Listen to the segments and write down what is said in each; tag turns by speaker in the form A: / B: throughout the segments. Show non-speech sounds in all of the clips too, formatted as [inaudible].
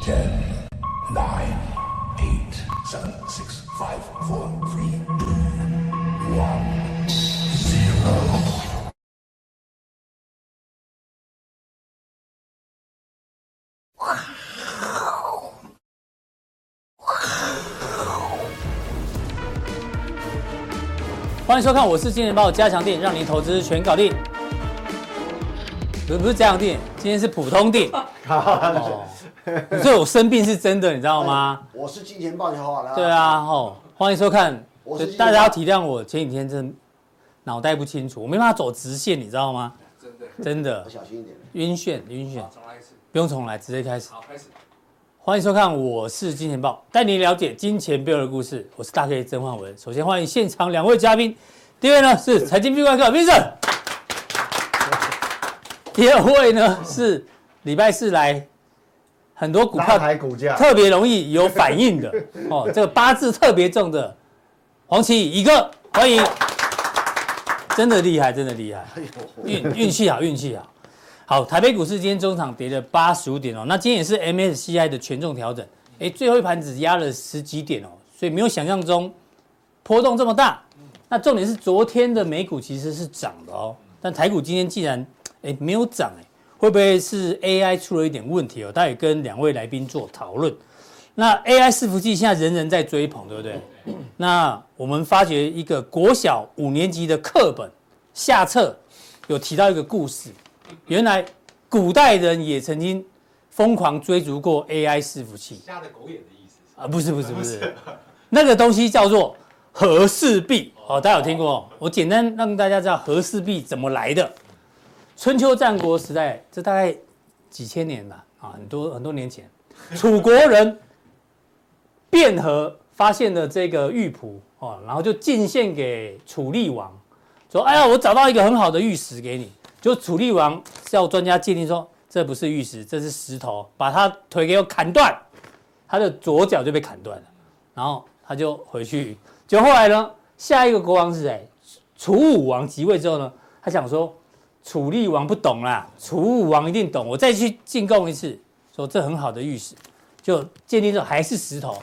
A: Ten, nine, eight, seven, six, five, four, three, two, one, zero.
B: 欢迎收看，我是金钱豹加强店，让您投资全搞定。不是不是加强店，今天是普通店。哦，所以我生病是真的，你知道吗？
C: 我是金钱豹就好了。
B: 对，啊，哦，欢迎收看
C: 我是，金钱
B: 大
C: 豹
B: 家要体谅我前几天真的脑袋不清楚，我没办法走直线，你知道吗？真的
C: 我，小心一点。
B: 晕眩晕眩，
D: 重来一次，
B: 不用重来，直接开始。
D: 好，开始。
B: 欢迎收看，我是金钱豹，带您了解金钱背后的故事。我是大 K 曾焕文。首先欢迎现场两位嘉宾，第一位呢是财经壁挂客 Vincent，第二位呢是礼拜四来很多股
E: 拉
B: 票
E: 抬股价，
B: 特别容易有反
E: [laughs]
B: 应的哦，这个八字特别重的黄奇怡一个，欢迎，真的厉害，真的厉害。
C: 哎呦，
B: 运运气好，运气好。好，台北股市今天中场跌了八十五点哦，那今天也是 MSCI 的权重调整，哎，最后一盘只压了十几点哦，所以没有想象中波动这么大。那重点是昨天的美股其实是涨的哦，但台股今天既然哎没有涨，哎，会不会是 AI 出了一点问题哦？待会跟两位来宾做讨论。那 AI 伺服器现在人人在追捧，对不对？那我们发觉一个国小五年级的课本下册有提到一个故事，原来古代人也曾经疯狂追逐过 AI 伺服器
D: 瞎的狗眼的意思 [laughs] 是啊
B: 啊，不是不是不是，那个东西叫做和氏璧哦，大家有听过？我简单让大家知道和氏璧怎么来的。春秋战国时代，这大概几千年吧，啊，很多很多年前，楚国人卞和发现了这个玉璞哦，然后就进献给楚厉王，说：“哎呀，我找到一个很好的玉石给你。”就楚厉王叫专家鉴定说，这不是玉石，这是石头，把他腿给我砍断，他的左脚就被砍断了，然后他就回去。就后来呢，下一个国王是谁？楚武王即位之后呢，他想说，楚厉王不懂啦，楚武王一定懂，我再去进贡一次，说这很好的玉石，就鉴定之后还是石头，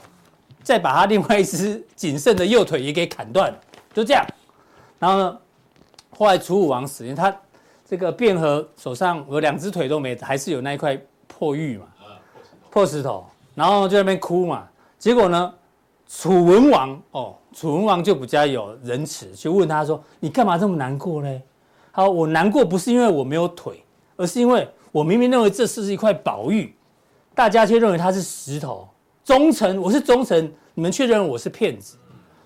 B: 再把他另外一只仅剩的右腿也给砍断了，就这样。然后呢，后来楚武王死，因为他这个卞和手上有两只腿都没，还是有那一块破玉嘛，啊破石头，然后就在那边哭嘛。结果呢，楚文王哦，楚文王就比较有仁慈，去问他说：“你干嘛这么难过嘞？”他说：“我难过不是因为我没有腿，而是因为我明明认为这是一块宝玉，大家却认为它是石头。忠臣，我是忠臣，你们却认为我是骗子。”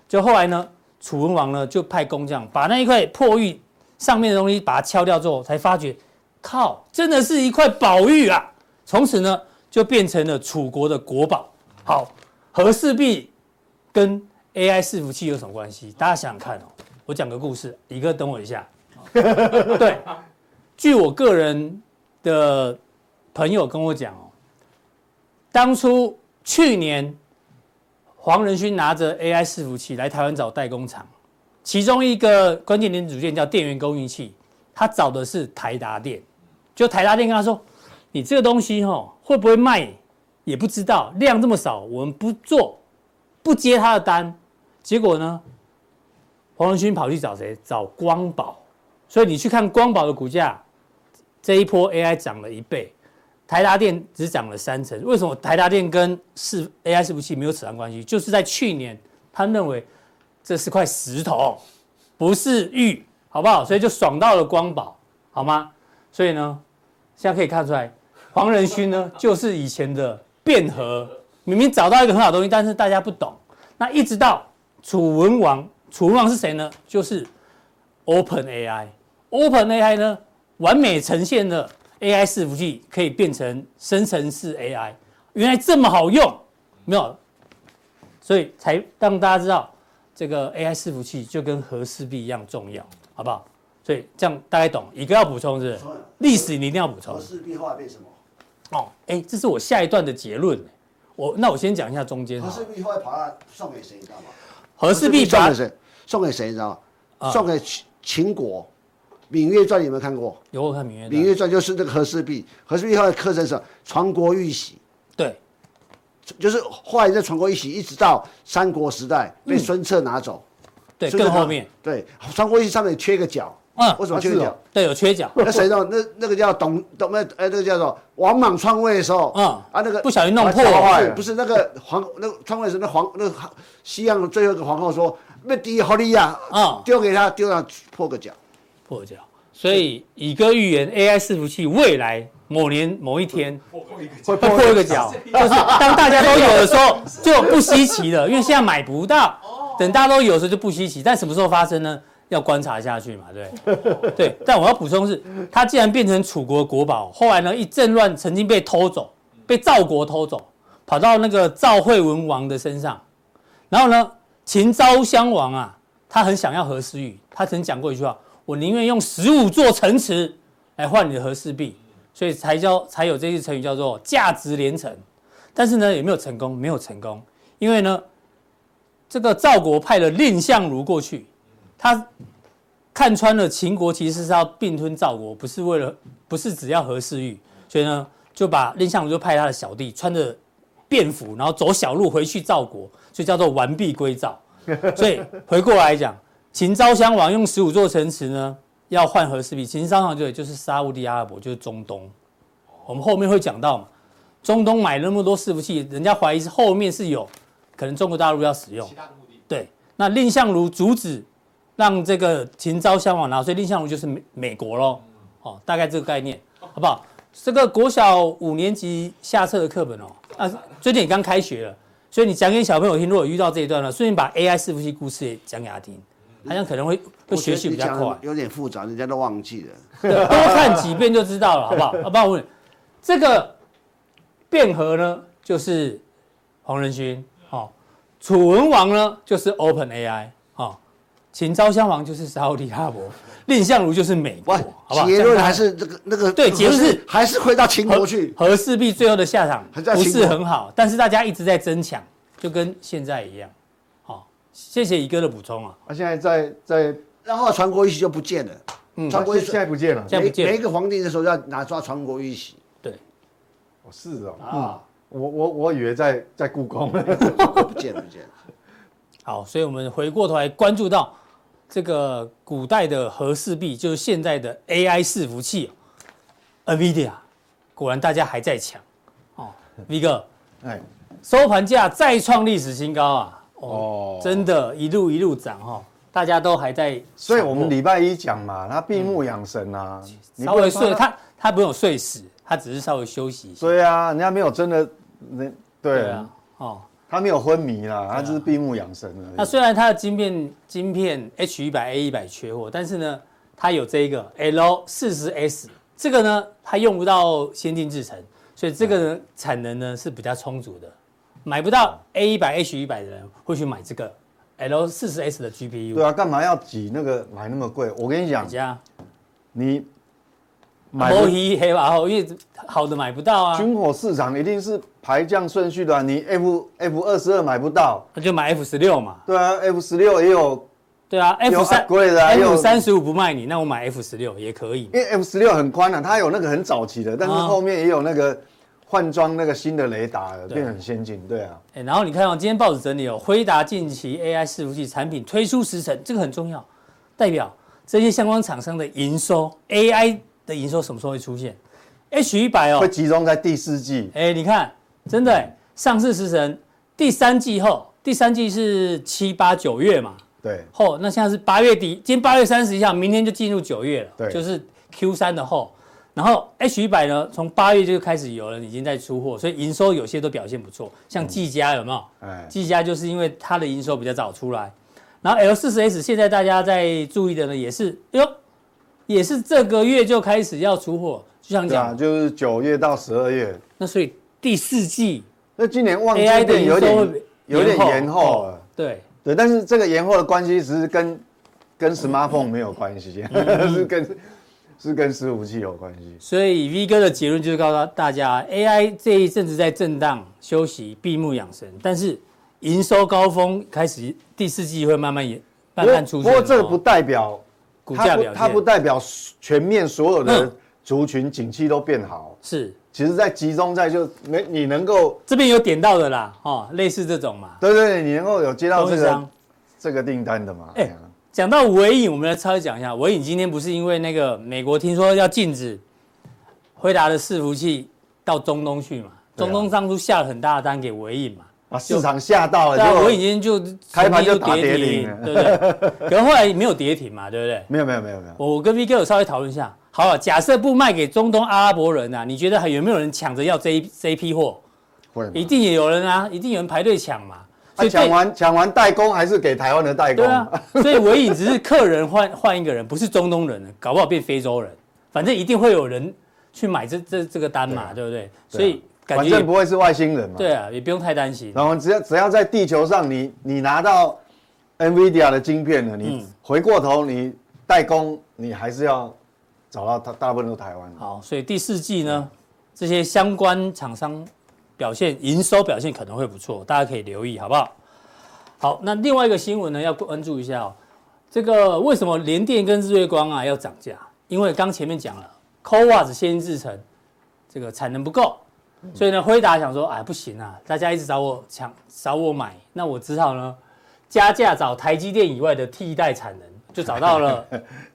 B: 就后来呢，楚文王呢就派工匠把那一块破玉啊上面的东西把它敲掉之后，才发觉，靠，真的是一块宝玉啊！从此呢，就变成了楚国的国宝。好，和氏璧跟 AI 伺服器有什么关系？大家想想看哦。我讲个故事，一个等我一下。对，据我个人的朋友跟我讲哦，当初去年黄仁勋拿着 AI 伺服器来台湾找代工厂，其中一个关键零组件叫电源供应器，他找的是台达电，就台达电跟他说，你这个东西哈、会不会卖也不知道，量这么少，我们不做，不接他的单。结果呢，黄仁勋跑去找谁？找光宝。所以你去看光宝的股价，这一波 AI 涨了一倍，台达电只涨了三成。为什么台达电跟是 AI 伺服器没有扯上关系？就是在去年，他认为这是块石头，不是玉，好不好？所以就爽到了光宝，好吗？所以呢，现在可以看出来，黄仁勋呢， [laughs] 就是以前的卞和，明明找到一个很好的东西，但是大家不懂。那一直到楚文王，楚文王是谁呢？就是 Open AI。Open AI 呢，完美呈现了 AI 伺服器可以变成生成式 AI，原来这么好用，没有，所以才让大家知道这个 AI 伺服器就跟和氏璧一样重要，好不好？所以这样大概懂。一个要补充是不是
C: 补充了
B: 历史，你一定要补充
C: 和。氏璧后来变什么？
B: 哦，哎，这是我下一段的结论。我那我先讲一下中间
C: 和
B: 好
C: 氏
B: 了。
C: 璧后来跑到送给谁，你知道吗？
B: 和氏璧
C: 送
B: 把
C: 给谁？送给谁，你知道
B: 啊
C: 吗？送给秦秦国。《芈月传》你有没有看过？
B: 有我看明月
C: 《
B: 的
C: 芈月传》就是那个和氏璧，和氏璧后来刻成什么？传国玉玺，
B: 对，
C: 就是后来再传过一起，一直到三国时代被孙策拿走。
B: 嗯对，
C: 孙策
B: 更
C: 拿
B: 后面，
C: 对，三国一上面缺一个角，
B: 嗯
C: 为什么缺一个
D: 啊是
C: 角
D: 哦？
B: 对，有缺角，
C: 那谁弄？那那个叫董董那哎，那个叫做王莽篡位的时候，
B: 嗯
C: 啊，那个
B: 不小心弄破
C: 把他
D: 坏
C: 不是
D: 了
C: 不是那个皇那个篡位的时候，那皇那个西洋最后一个皇后说，那第一好利亚
B: 嗯
C: 丢给他，丢上破个角，
B: 破角。所以以哥预言 AI 伺服器未来某年某一天
D: 会
B: 会破一个角，就是当大家都有的时候就不稀奇了，因为现在买不到，等大家都有的时候就不稀奇。但什么时候发生呢？要观察下去嘛，对 [laughs] 不对对。但我要补充是，它既然变成楚国国宝，后来呢一阵乱曾经被偷走，被赵国偷走，跑到那个赵惠文王的身上。然后呢，秦昭襄王啊，他很想要和氏玉，他曾讲过一句话：我宁愿用十五座城池来换你的和氏璧，所以才叫才有这句成语叫做价值连城。但是呢，也没有成功，没有成功，因为呢，这个赵国派了蔺相如过去，他看穿了秦国其实是要并吞赵国，不是为了不是只要和氏玉，所以呢，就把蔺相如就派他的小弟穿着便服，然后走小路回去赵国，就叫做完璧归赵。所以回过来讲，秦昭襄王用十五座城池呢，要换和氏璧。秦昭襄王就就是沙乌地阿拉伯，就是中东。我们后面会讲到嘛，中东买了那么多伺服器，人家怀疑是后面是有可能中国大陆要使用。对，那蔺相如阻止让这个秦昭襄王拿，所以蔺相如就是美美国咯。哦，大概这个概念，好不好？这个国小五年级下册的课本哦，啊，最近也刚开学了，所以你讲给小朋友听，如果遇到这一段呢，顺便把 AI 伺服器故事也讲给他听，好像可能会会
C: 我
B: 学习比较快。
C: 有点复杂，人家都忘记了。
B: 对多看几遍就知道了，好
C: [laughs]
B: 不好？好不好？我问这个卞和呢，就是黄仁勋，哦，楚文王呢就是 Open AI，哦，秦昭襄王就是沙地阿拉伯，蔺相如就是美国，
C: 哇
B: 好不哦好？这
C: 结
B: 样
C: 论
B: 大家
C: 还是这个那个
B: 对结论是
C: 还是回到秦国去。
B: 和氏璧最后的下场
C: 还在
B: 不
C: 秦
B: 是
C: 国
B: 很好，但是大家一直在争抢，就跟现在一样。好、谢谢乙哥的补充啊。
D: 他现在在在，
C: 然后传国玉玺就不见了，传国玉
D: 现
C: 玺
D: 在不见了。
B: 嗯现在不见
C: 每每一个皇帝的时候要拿抓传国
B: [laughs]
C: 玉玺，
B: 对，
D: 哦是哦，
C: 啊，
D: 我我我以为在在故宫。
C: 不见了不见了。
B: 好，所以我们回过头来关注到这个古代的和氏璧，就是现在的 AI 伺服器哦，NVIDIA，果然大家还在抢哦。V 哥，
D: 哎，
B: 收盘价再创历史新高啊！哦
D: 哦，
B: 真的，一路一路涨哦，大家都还在抢哦。
D: 所以我们礼拜一讲嘛，他闭目养神啊，你
B: 嗯稍
D: 不能
B: 微
D: 说
B: 睡，他他不用睡死，他只是稍微休息一下。
D: 对啊，人家没有真的，人对
B: 对
D: 啊
B: 啊，，哦，
D: 他没有昏迷啦，他只是闭目养神而已。
B: 那虽然它的晶片晶片 H 一百 A 一百缺货，但是呢，它有这一个 L 四十 S 这个呢，它用不到先进制程，所以这个呢产能呢是比较充足的。买不到 A 一百 H 一百的人会去买这个 L 四十 S 的 GPU。
D: 对啊，干嘛要挤那个买那么贵？我跟你讲
B: 大，家
D: 你买
B: 买
D: 不
B: 黑黑吧，因为好的买不到啊，
D: 军火市场一定是排降顺序的啊、你 F F 二十二买不到，
B: 那就买 F 十六嘛。
D: 对啊，F 十六也有，
B: 对啊，F 三
D: upgrade 的啊有
B: F 三十五不卖你，那我买 F 十六也可以嘛。
D: 因为 F 十六很宽啊，它有那个很早期的，但是
B: 啊
D: 后面也有那个换装那个新的雷达了，
B: 对
D: 变得很先进，对啊。
B: 哎，然后你看哦，今天报纸整理哦，辉达近期 AI 伺服器产品推出时程，这个很重要，代表这些相关厂商的营收，AI 的营收什么时候会出现？H 一百
D: 会
B: 哦，
D: 集中在第四季，
B: 哎，你看，真的哎，上市时程第三季后，第三季是七八九月嘛，
D: 对，
B: 后，那现在是八月底，今天八月三十一号，明天就进入九月了，
D: 对
B: 就是 Q 三的后。然后 H 一百呢，从八月就开始有人已经在出货，所以营收有些都表现不错，像技嘉有没有？
D: 哎，
B: 技嘉就是因为它的营收比较早出来，然后 L 四十 S 现在大家在注意的呢，也是哎呦，也是这个月就开始要出货，就像你
D: 对啊，
B: 讲，
D: 就是九月到十二月，
B: 那所以第四季
D: 那今年旺季
B: AI 的
D: 变
B: 营
D: 有
B: 收
D: 点
B: 会
D: 有点延后
B: 哦
D: 了，
B: 对，
D: 对，但是这个延后的关系只是跟跟 smartphone 没有关系，
B: 嗯
D: [laughs] 是跟是跟伺服器有关系。
B: 所以 V 哥的结论就是告诉大家，AI 这一阵子在震荡休息、闭目养神，但是营收高峰开始第四季会慢慢也慢慢出
D: 不
B: 现哦。
D: 过这个不代表
B: 股
D: 它
B: 价
D: 不
B: 表现，
D: 它不代表全面所有的
B: 嗯
D: 族群景气都变好，
B: 是
D: 其实在集中在就没你能够，
B: 这边有点到的啦，哦，类似这种嘛。
D: 对对对，你能够有接到
B: 供
D: 这
B: 应商
D: 个这个订单的嘛？
B: 哎
D: 哎呀，
B: 讲到微影，我们来稍微讲一下，微影今天不是因为那个美国听说要禁止辉达的伺服器到中东去嘛？
D: 对啊
B: 中东当初下了很大的单给微影嘛，
D: 把啊市场吓到了，
B: 对啊，
D: 结果
B: 微影今天就
D: 开盘就
B: 曾经
D: 打跌停了
B: 对不
D: [laughs]
B: 对？可是后来没有跌停嘛，对不对？
D: 没有没有没有没有，
B: 我我跟 V 哥有稍微讨论一下，好啊、假设不卖给中东阿拉伯人啊，你觉得还有没有人抢着要这一这一批货？
D: 会吗
B: 一定也有人啊，一定有人排队抢嘛。
D: 啊
B: 所以对
D: 抢完抢完代工还是给台湾的代工
B: 对，
D: [laughs]
B: 啊，所以唯影只是客人换换一个人，不是中东人了，搞不好变非洲人，反正一定会有人去买这这这个单嘛，对不对？所以感
D: 啊反
B: 觉也
D: 正不会是外星人嘛。
B: 对啊，也不用太担心。
D: 然后只要只要在地球上你，你拿到 NVIDIA 的晶片了，你
B: 嗯
D: 回过头你代工，你还是要找到它大部分都台湾的。
B: 好，所以第四季呢，这些相关厂商表现营收表现可能会不错，大家可以留意，好不好？好，那另外一个新闻呢，要关注一下哦。这个为什么联电跟日月光啊要涨价？因为刚前面讲了 c o v a s 先进制程这个产能不够，所以呢，辉达想说，哎，不行啊，大家一直找我抢，找我买，那我只好呢加价找台积电以外的替代产能，就找到了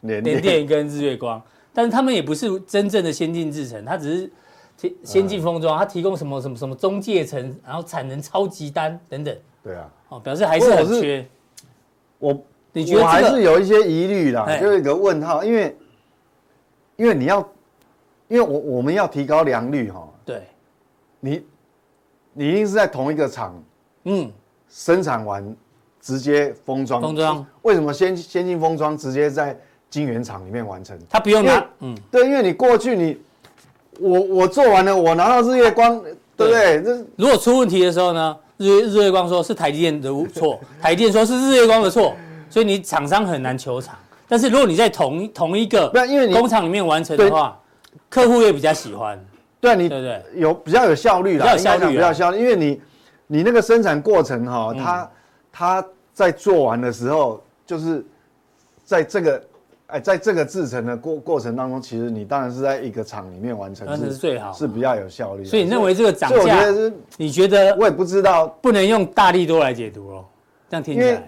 D: 联
B: 联电跟日月光，但是他们也不是真正的先进制程，它只是提先进封装，它提供什么什么什么中介层，然后产能超级单等等，
D: 对啊，
B: 哦，表示还是
D: 不过
B: 很
D: 我是
B: 缺。
D: 我
B: 你觉得
D: 我还
B: 这
D: 是
B: 个
D: 有一些疑虑啦，
B: 哎
D: 就有一个问号，因为因为你要，因为我我们要提高良率哈，
B: 对，
D: 你你一定是在同一个厂
B: 嗯，
D: 生产完直接封装，
B: 封装
D: 为什么先先进封装直接在晶圆厂里面完成？
B: 它不用
D: 因为
B: 拿，嗯，
D: 对，因为你过去你，我我做完了，我拿到日月光，对不对？这
B: 如果出问题的时候呢，日日月光说是台积电的错， [laughs] 台积电说是日月光的错，所以你厂商很难求偿。但是如果你在同一同一个
D: 不然因为你
B: 工厂里面完成的
D: 对
B: 话，客户也比较喜欢，
D: 对你
B: 对不对？
D: 有比较有效率啦，
B: 比较有效率啊
D: 应该讲比较有效率，因为你你那个生产过程哈、
B: 嗯
D: 它它在做完的时候，就是在这个哎，在这个制成的过过程当中，其实你当然是在一个厂里面完成，
B: 完成是最好
D: 是比较有效率的。啊
B: 所以你认为这个涨
D: 所以我觉
B: 价
D: 得，是，
B: 你觉得
D: 我也不知道
B: 不能用大力多来解读哦，这样听起
D: 因
B: 来
D: 为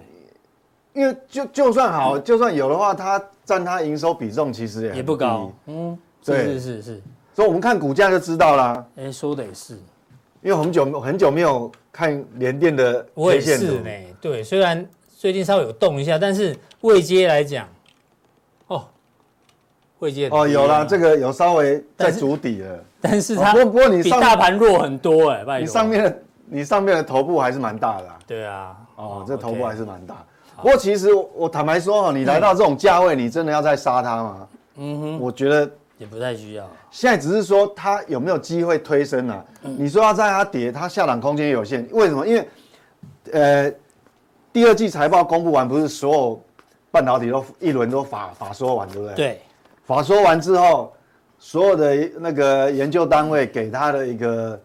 D: 因为就就算好，就算有的话，它占它营收比重其实也
B: 嗯
D: 很
B: 也不高
D: 低，。
B: 嗯，
D: 对
B: 是是是是，
D: 所以我们看股价就知道啦。
B: 哎，说的也是，
D: 因为很久很久没有看联电的
B: 我也
D: K 线
B: 是
D: 图
B: 呢，。对，虽然最近稍微有动一下，但是未接来讲，哦，未接
D: 哦，有啦，这
B: 个，
D: 个有稍微在
B: 但是
D: 主底了。
B: 但是
D: 哦
B: 它
D: 不过不过你
B: 比
D: 上
B: 大盘弱很多哎，拜
D: 你
B: 托，
D: 上面的你上面的头部还是蛮大的啊、
B: 对啊，
D: 哦，这头
B: OK
D: 部还是蛮大。不过其实我我坦白说哦，你来到这种价位，你真的要再杀它吗？嗯哼，我觉得
B: 也不太需要，
D: 现在只是说它有没有机会推升啊？你说要在它跌，它下档空间有限，为什么？因为呃，第二季财报公布完，不是所有半导体都一轮都法法说完，对不对？。
B: 对，
D: 法说完之后，所有的那个研究单位给他的一个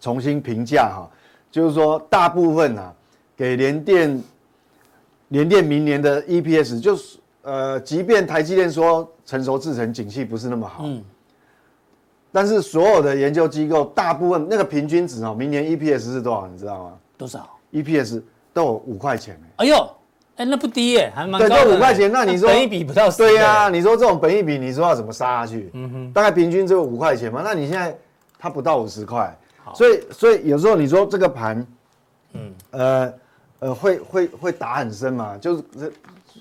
D: 重新评价哈，就是说大部分啊，给联电，联电明年的 EPS 就是呃，即便台积电说成熟制程景气不是那么好，
B: 嗯，
D: 但是所有的研究机构大部分那个平均值哦，明年 EPS 是多少？你知道吗
B: 多少？
D: ？EPS 都有五块钱、欸
B: 哎呦，哎，那不低耶，还蛮
D: 对，
B: 高的
D: 这
B: 呢，
D: 五块钱，那你说
B: 本一比不到十
D: 对
B: 耶
D: 呀、你说这种本一比，你说要怎么杀下去？嗯哼，大概平均只有五块钱嘛，那你现在它不到五十块，所以所以有时候你说这个盘，嗯，呃呃，会会会打很深嘛，就是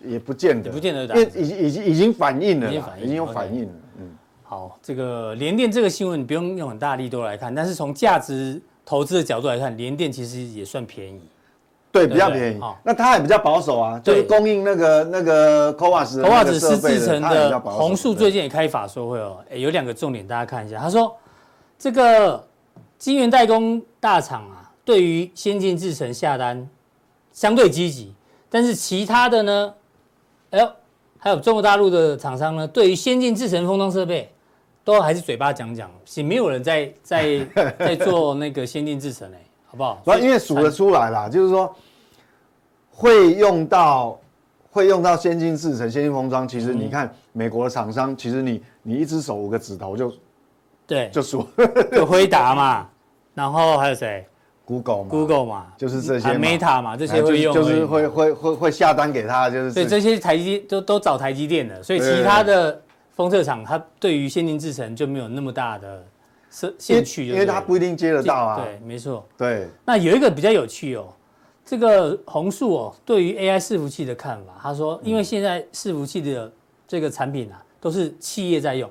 D: 也不见得，
B: 也不见得打
D: 因为已经已经已经反应了啦，
B: 已经反应
D: 已经有
B: OK
D: 反应了，嗯，
B: 好，这个联电这个新闻，你不用用很大力度来看，但是从价值投资的角度来看，联电其实也算便宜。
D: 对，
B: 对
D: 比较
B: 对
D: 便宜
B: 好，
D: 那它也比较保守啊，就
B: 对
D: 是供应那个那个 c o v a s
B: 头发只是制成
D: 它也比
B: 的
D: 较保守
B: 红树
D: 对
B: 最近也开法说会哦，诶有两个重点大家看一下。他说这个晶圆代工大厂啊，对于先进制程下单相对积极，但是其他的呢，哎呦，还有中国大陆的厂商呢，对于先进制程封装设备都还是嘴巴讲讲，是没有人在
D: [laughs]
B: 在在做那个先进制程嘞，好不好？
D: 不，因为数得出来啦，就是说会用到会用到先进
B: 嗯
D: 制程、先进封装。其实你看美国的厂商，其实你你一只手五个指头就
B: 对，
D: 就输
B: 有辉达嘛，然后还有谁
D: [laughs] Google 嘛
B: ？Google 嘛，
D: 就是这些
B: 啊
D: 嘛哎
B: Meta 嘛，这些
D: 就
B: 会
D: 是
B: 用而已，
D: 就是会会会会下单给他，就是
B: 所以
D: 自
B: 这些台积电都都找台积电的，所以
D: 对
B: 其他的封测厂它对于先进制程就没有那么大的兴兴趣就
D: 因
B: 对
D: 为
B: 了，
D: 他不一定接得到啊。
B: 对，没错。
D: 对
B: 那有一个比较有趣哦，这个红树哦，对于 AI 伺服器的看法，他说，因为现在伺服器的这个产品啊，都是企业在用，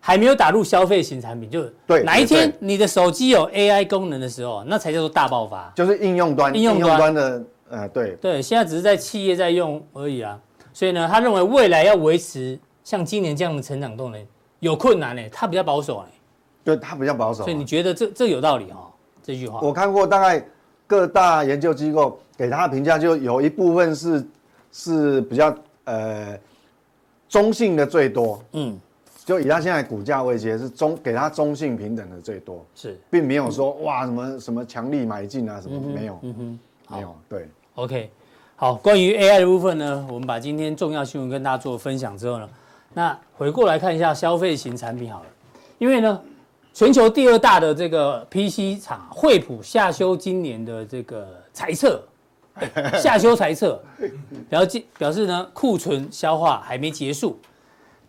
B: 还没有打入消费型产品，就
D: 对
B: 哪一天
D: 对
B: 你的手机有 AI 功能的时候，那才叫做大爆发。
D: 就是应用端
B: 应用端
D: 的呃对
B: 对，现在只是在企业在用而已啊。所以呢，他认为未来要维持像今年这样的成长动能有困难呢、他比较保守呢、
D: 就他比较保守啊、
B: 所以你觉得这这有道理哦？这句话，
D: 我看过大概各大研究机构给他的评价，就有一部分是是比较呃中性的最多，
B: 嗯，
D: 就以他现在股价位阶是中给他中性平等的最多，
B: 是
D: 并没有说哇什么什么强力买进啊什么没有没有对
B: OK。好，关于 AI 的部分呢，我们把今天重要新闻跟大家做分享之后呢，那回过来看一下消费型产品好了，因为呢，全球第二大的这个 PC 厂惠普下修今年的这个财测，对下修财测，表示表示呢库存消化还没结束，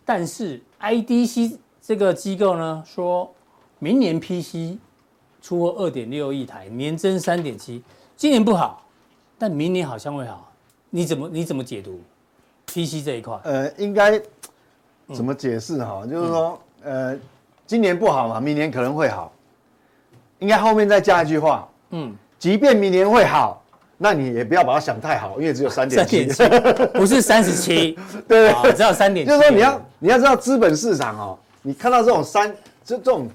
B: 但是 IDC 这个机构呢说，明年 PC 出货二点六亿台，年增三点七，今年不好，但明年好像会好，你怎么你怎么解读 PC 这一块？
D: 呃应该怎么解释哈？
B: 嗯
D: 就是说呃今年不好嘛，明年可能会好，应该后面再加一句话，
B: 嗯，
D: 即便明年会好，那你也不要把它想太好，因为只有三点
B: 三
D: 七
B: 点。七不是三十七，
D: 呃 [laughs] 对
B: 啊只有三点七，
D: 就是说你要你要知道资本市场哦，你看到这种三这这种，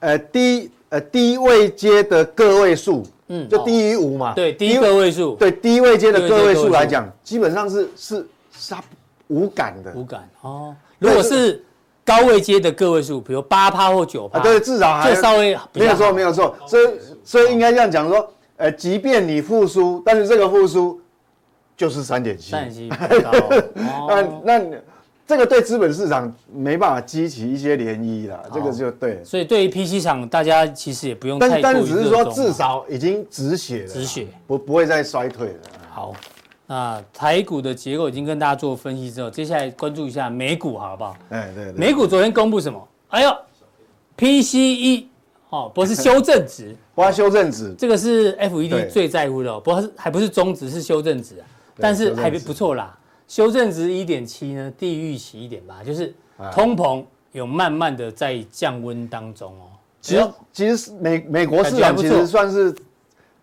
D: 呃低呃低位阶的个位数，
B: 嗯哦
D: 嗯，就低于五嘛，
B: 对第一个位数，
D: 对低位阶的
B: 低
D: 个
B: 位阶
D: 位
B: 个位
D: 数
B: 数
D: 来讲，基本上是是是它无感的
B: 无感哦。如果是高位阶的个位数，比如八趴或九趴，
D: 啊，对，至少还
B: 这稍微比较
D: 没有错
B: 好
D: 没有错，所以所以应该这样讲说，呃，即便你复苏，但是这个复苏就是三点七，
B: 三点七比较高
D: 那
B: 哦。
D: 那你这个对资本市场没办法激起一些涟漪了，这个就对。
B: 哦所以对于 PC 厂，大家其实也不用太
D: 但但
B: 过
D: 是
B: 于
D: 只是
B: 热
D: 说，
B: 衷
D: 至
B: 啊
D: 少已经止血了啦，
B: 止血
D: 不不会再衰退了。
B: 好，那台股的结构已经跟大家做分析之后，接下来关注一下美股好不好？
D: 哎，对对，
B: 美股昨天公布什么？哎呦，PCE
D: E
B: 哦，不是修正
D: [laughs]
B: 值，
D: 不要修正值，
B: 这个是 FED
D: 对
B: 最在乎的、哦，不过它是还不是中值，是修正值啊，但是
D: 修正值
B: 还不错啦。修正值一点七呢，低于预期一点八，就是
D: 啊
B: 通膨有慢慢的在降温当中哦。
D: 其实其实美美国
B: 感
D: 市
B: 觉还
D: 场
B: 不
D: 其
B: 错
D: 实算是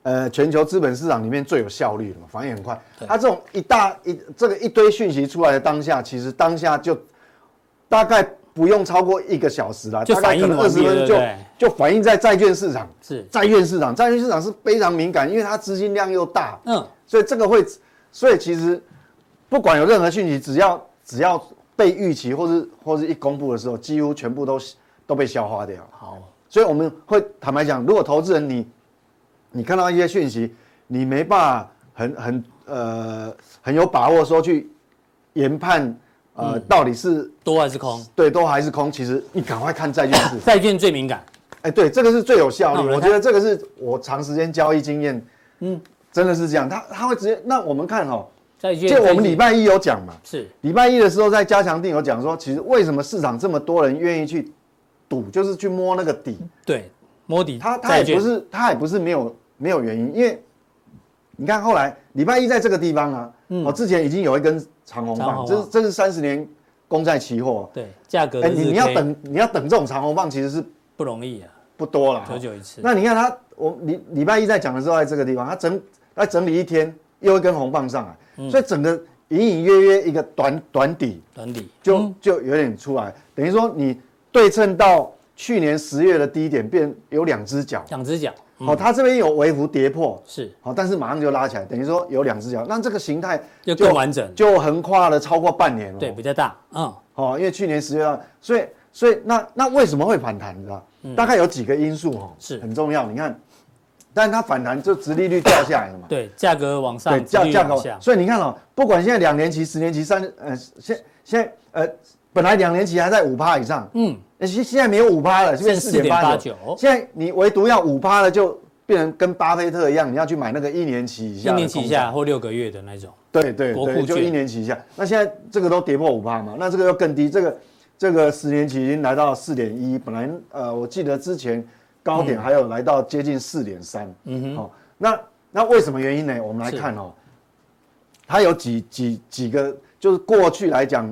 D: 呃全球资本市场里面最有效率的嘛，反应很快。它这种一大一这个一堆讯息出来的当下，其实当下就大概不用超过一个小时啦，
B: 就
D: 大概
B: 反应
D: 可能
B: 完
D: 二
B: 毕
D: 十分
B: 了
D: 钟
B: 对不对
D: 就就反映在债券市场。
B: 是
D: 债券市场，债券市场是非常敏感，因为它资金量又大，
B: 嗯，
D: 所以这个会，所以其实不管有任何讯息，只要只要被预期或是或是一公布的时候，几乎全部都都被消化掉。
B: 好，
D: 所以我们会坦白讲，如果投资人你你看到一些讯息，你没办法很很呃很有把握说去研判呃、
B: 嗯
D: 到底是
B: 多还是空？
D: 对多还是空，其实你赶快看债券
B: [laughs]
D: 市场。
B: 债券最敏感，
D: 哎，对，这个是最有效
B: 那我
D: 率。
B: 们
D: 我
B: 来
D: 觉
B: 看
D: 得这个是我长时间交易经验，嗯，真的是这样。他他会直接，那我们看哦，
B: 债券
D: 就我们礼
B: 最
D: 拜一有讲嘛，
B: 是
D: 礼拜一的时候在加强定有讲说，其实为什么市场这么多人愿意去赌，就是去摸那个底。
B: 对摸底
D: 他他
B: 债
D: 也
B: 券
D: 不是他也不是没有没有原因，因为你看后来礼拜一在这个地方啊，哦，之前已经有一根长红
B: 嗯长
D: 棒，
B: 红
D: 这
B: 棒
D: 是这是三十年公债期货。
B: 对价格
D: 哎，
B: 的日 K，
D: 你你要等你要等这种长红棒其实是
B: 不容易啊，
D: 不多了，
B: 久久一次。
D: 那你看他，我礼礼拜一在讲的时候，在这个地方，他整他整理一天，又一根红棒上来，
B: 嗯
D: 所以整个隐隐约约一个短短底
B: 短底
D: 就、就有点出来，等于说你对称到去年十月的低点，变有两只脚。
B: 两只脚
D: 好、它这边有微幅跌破，
B: 嗯是
D: 好、但是马上就拉起来，等于说有两只脚，那这个形态
B: 就更完整
D: 就横跨了超过半年了。
B: 对比较大，嗯，
D: 哦，因为去年十月啊，所以所以那那为什么会反弹？你知道，大概有几个因素哦，
B: 嗯是
D: 很重要。你看，但它反弹就殖利率掉下来了嘛，
B: 对，价格往上，
D: 价
B: 殖利率
D: 价格
B: 往下，
D: 所以你看哦，不管现在两年期、十年期、三呃，现现在呃本来两年期还在五趴以上，
B: 嗯，
D: 欸现现在没有五趴了，这边
B: 剩
D: 四点八九
B: 4.89。
D: 现在你唯独要五趴了，就变成跟巴菲特一样，你要去买那个一年期以
B: 一
D: 下。
B: 年期以下，或六个月的那种，
D: 对对
B: 国库
D: 对，就
B: 券
D: 一年期以下。那现在这个都跌破五趴嘛，那这个又更低，这个这个十年期已经来到四点一，本来呃我记得之前高
B: 嗯
D: 点还有来到接近四点三，嗯哼，好、那那为什么原因呢？我们来
B: 是
D: 看哦，它有几几几个，就是过去来讲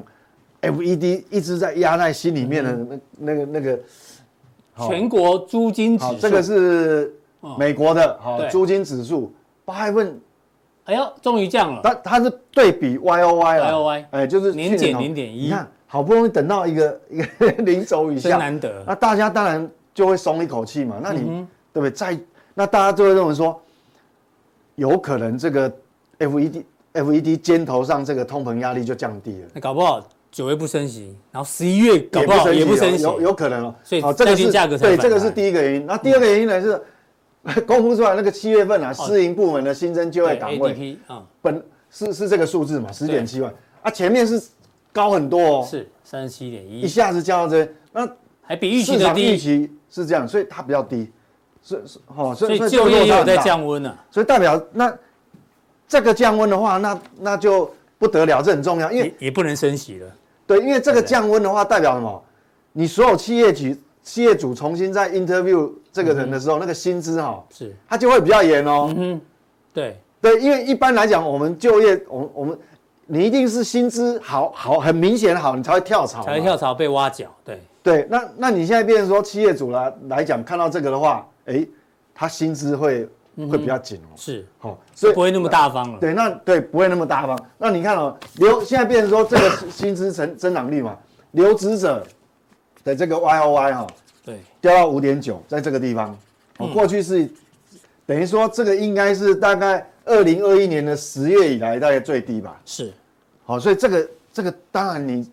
D: ，FED 一直在压在心里
B: 嗯
D: 面的那、那个那个。好
B: 全国租金指
D: 好，
B: 数，哦
D: 这个是美国的好
B: 对
D: 租金指数，八月份
B: 哎呦，终于降了，
D: 它它是对比 Y O Y 啊
B: YOY
D: 哎，就是去
B: 年减
D: 同
B: 0.1
D: 你看好不容易等到一个 [laughs] 一个零轴以
B: 真
D: 下，
B: 难得嗯
D: 那大家当然就会松一口气嘛。那你对不对？再那大家就会认为说，有可能这个 F E D F E D 肩头上这个通膨压力就降低了。
B: 那搞不好九月不升息，然后十一月搞不好
D: 升息
B: 也不
D: 哦
B: 升息，
D: 有有可能哦。
B: 所以
D: 好这个
B: 债
D: 是
B: 券价格才反
D: 对，
B: 弹嗯
D: 这个是第一个原因。那第二个原因呢是， [laughs] 公布出来那个七月份啊，私营部门的新增就业
B: 对
D: 岗位
B: ADP 啊，
D: 本是是这个数字嘛，十点七万啊，前面是高很多哦，
B: 是三十七点
D: 一
B: 一，
D: 下子降到这边，那
B: 还比预期
D: 市
B: 的
D: 场预
B: 低，
D: 期是这样，所以它比较低，是是哦，所
B: 所
D: 以
B: 以
D: 所以
B: 就
D: 这个
B: 业
D: 落
B: 也
D: 差
B: 有
D: 很
B: 在
D: 大
B: 降温了，
D: 所以代表那这个降温的话，那那就不得了，这很重要，因为
B: 也也不能升息了，
D: 对，因为这个降温的话，代表什么？你所有企业局企业主重新在 interview 这个人的时候，那个薪资哈、
B: 嗯是，嗯
D: 他就会比较严哦。
B: 对，
D: 对，因为一般来讲，我们就业，我们我们你一定是薪资好好很明显好，你才会跳槽嘛，
B: 才会跳槽被挖角，对，
D: 对，那那你现在变成说企业主来来讲，看到这个的话，哎，他薪资会会比较紧哦。
B: 嗯是，
D: 好、
B: 就不会那么大方了，
D: 对，那对不会那么大方。那你看哦，留现在变成说这个薪资成增长率嘛，留职者的这个 Y O Y 哦哈、
B: 对，
D: 掉到五点九，在这个地方，哦，
B: 嗯
D: 过去是、等于说这个应该是大概二零二一年的十月以来大概最低吧。
B: 是，
D: 好、所以这个这个当然你，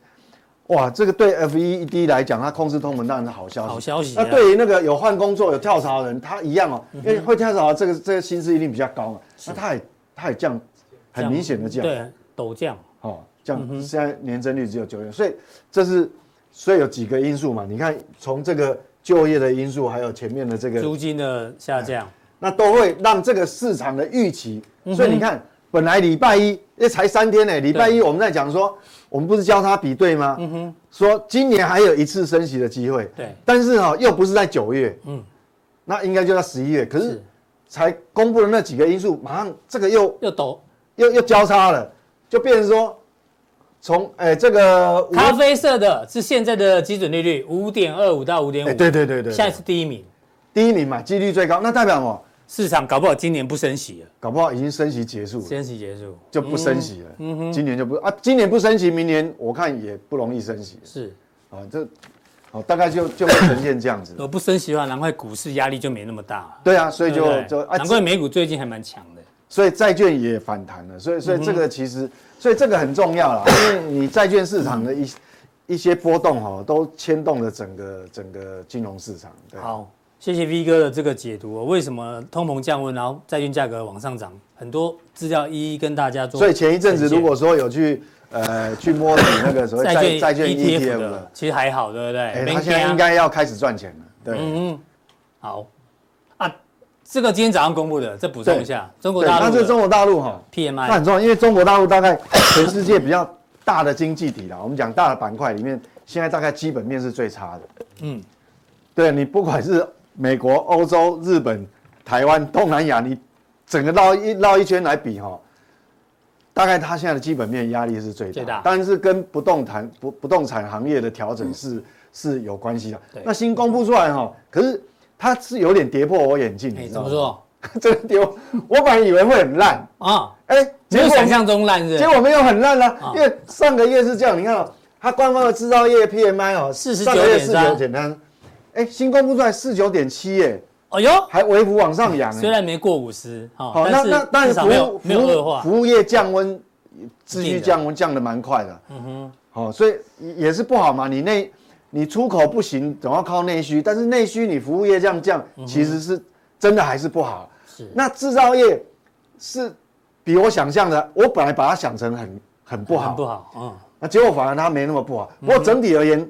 D: 哇，这个对 FED 来讲，它控制通膨当然是好消息。
B: 好消息啊嗯
D: 那对于那个有换工作、有跳槽的人，他一样哦，因为会跳槽，这个这个薪资一定比较高嘛。那他也他也降，
B: 这
D: 很
B: 样
D: 明显的降。
B: 对，陡降，
D: 哦，这
B: 嗯
D: 样现在年增率只有九点，所以这是所以有几个因素嘛？你看从这个就业的因素，还有前面的这个，
B: 租金的下降，
D: 那都会让这个市场的预期。
B: 嗯
D: 所以你看，本来礼拜一那才三天呢，礼拜一我们在讲说，我们不是教他比对吗？说今年还有一次升息的机会，
B: 嗯对
D: 但是哈、又不是在九月，
B: 嗯
D: 那应该就在十一月，可是
B: 是
D: 才公布的那几个因素，马上这个又
B: 又陡，
D: 又又交叉了，就变成说，从哎、这个五
B: 咖啡色的是现在的基准利率五点二五到五点
D: 哎
B: 五，
D: 对对对对对
B: 现在是第一名，
D: 第一名嘛，几率最高，那代表什么？
B: 市场搞不好今年不升息了，
D: 搞不好已经升息结束了，
B: 升息结束
D: 就不升息了。
B: 嗯
D: 今年就不啊，今年不升息，明年我看也不容易升息
B: 是。
D: 啊。这哦，大概就就会呈现这样子
B: 如。果不升息的话，难怪股市压力就没那么大。
D: 对啊，所以就
B: 对不对
D: 就啊
B: 难，怪美股最近还蛮强的。
D: 所以债券也反弹了，所以
B: 嗯
D: 所以这个其实，所以这个很重要啦，因为你债券市场的一一些波动哦，都牵动了整个整个金融市场。对，
B: 好，谢谢 V 哥的这个解读、哦。为什么通膨降温，然后债券价格往上涨？很多资料一一跟大家做
D: 所
B: 呈
D: 以
B: 现。
D: 前一阵子如果说有去
B: [laughs]
D: 呃去摸底那个所谓
B: 债
D: 债
B: 券
D: 债券 E
B: ETF
D: ETF
B: 的
D: 的，，
B: 其实还好，对不对？
D: 哎，
B: 没
D: 他现在
B: 惊
D: 应该要开始赚钱了。对，
B: 嗯嗯好啊。这个今天早上公布的，再补充一下，中国
D: 对，
B: 大
D: 它
B: 陆
D: 是
B: 的
D: 中国大陆哈，那
B: PMI
D: 很重要，因为中国大陆大概 [coughs] 全世界比较大的经济体啦，我们讲大的板块里面，现在大概基本面是最差的。
B: 嗯
D: 嗯，对你不管是美国、欧洲、日本、台湾、东南亚，你整个绕一绕一圈来比哈。大概它现在的基本面压力是最
B: 最大
D: 大的，但是跟不动产不不动产行业的调整是、是有关系的
B: 对。
D: 那新公布出来哈，可是它是有点跌破我眼镜，
B: 哎
D: 你知
B: 怎么
D: 道吗？ [laughs]
B: 说
D: 这个跌破，我本来以为会很烂，
B: 啊？
D: 哎、
B: 没
D: 结
B: 有
D: 果
B: 想象中烂是不是
D: 结果没有很烂啦、
B: 啊
D: 因为上个月是这样，你看哦，它官方的制造业 PMI 哦，
B: 49.3
D: 上个月四九点三，哎，新公布出来四九点七耶，
B: 哎呦，
D: 还微幅往上扬耶。
B: 虽然没过五十哈，
D: 嗯好，那那
B: 但
D: 但
B: 是至
D: 是
B: 少
D: 服
B: 没有
D: 务
B: 没有
D: 服务
B: 恶化。
D: 服务业降温，持
B: 一定
D: 续
B: 的
D: 降温降的蛮快的。嗯哼，好、所以也也是不好嘛，你内你出口不行，总要靠内需，但是内需你服务业这样降，其实是真的还是不好。
B: 嗯是
D: 那制造业是比我想象的，我本来把它想成很很不好，
B: 很不好，嗯，
D: 那结果反而它没那么不好。不过整体而言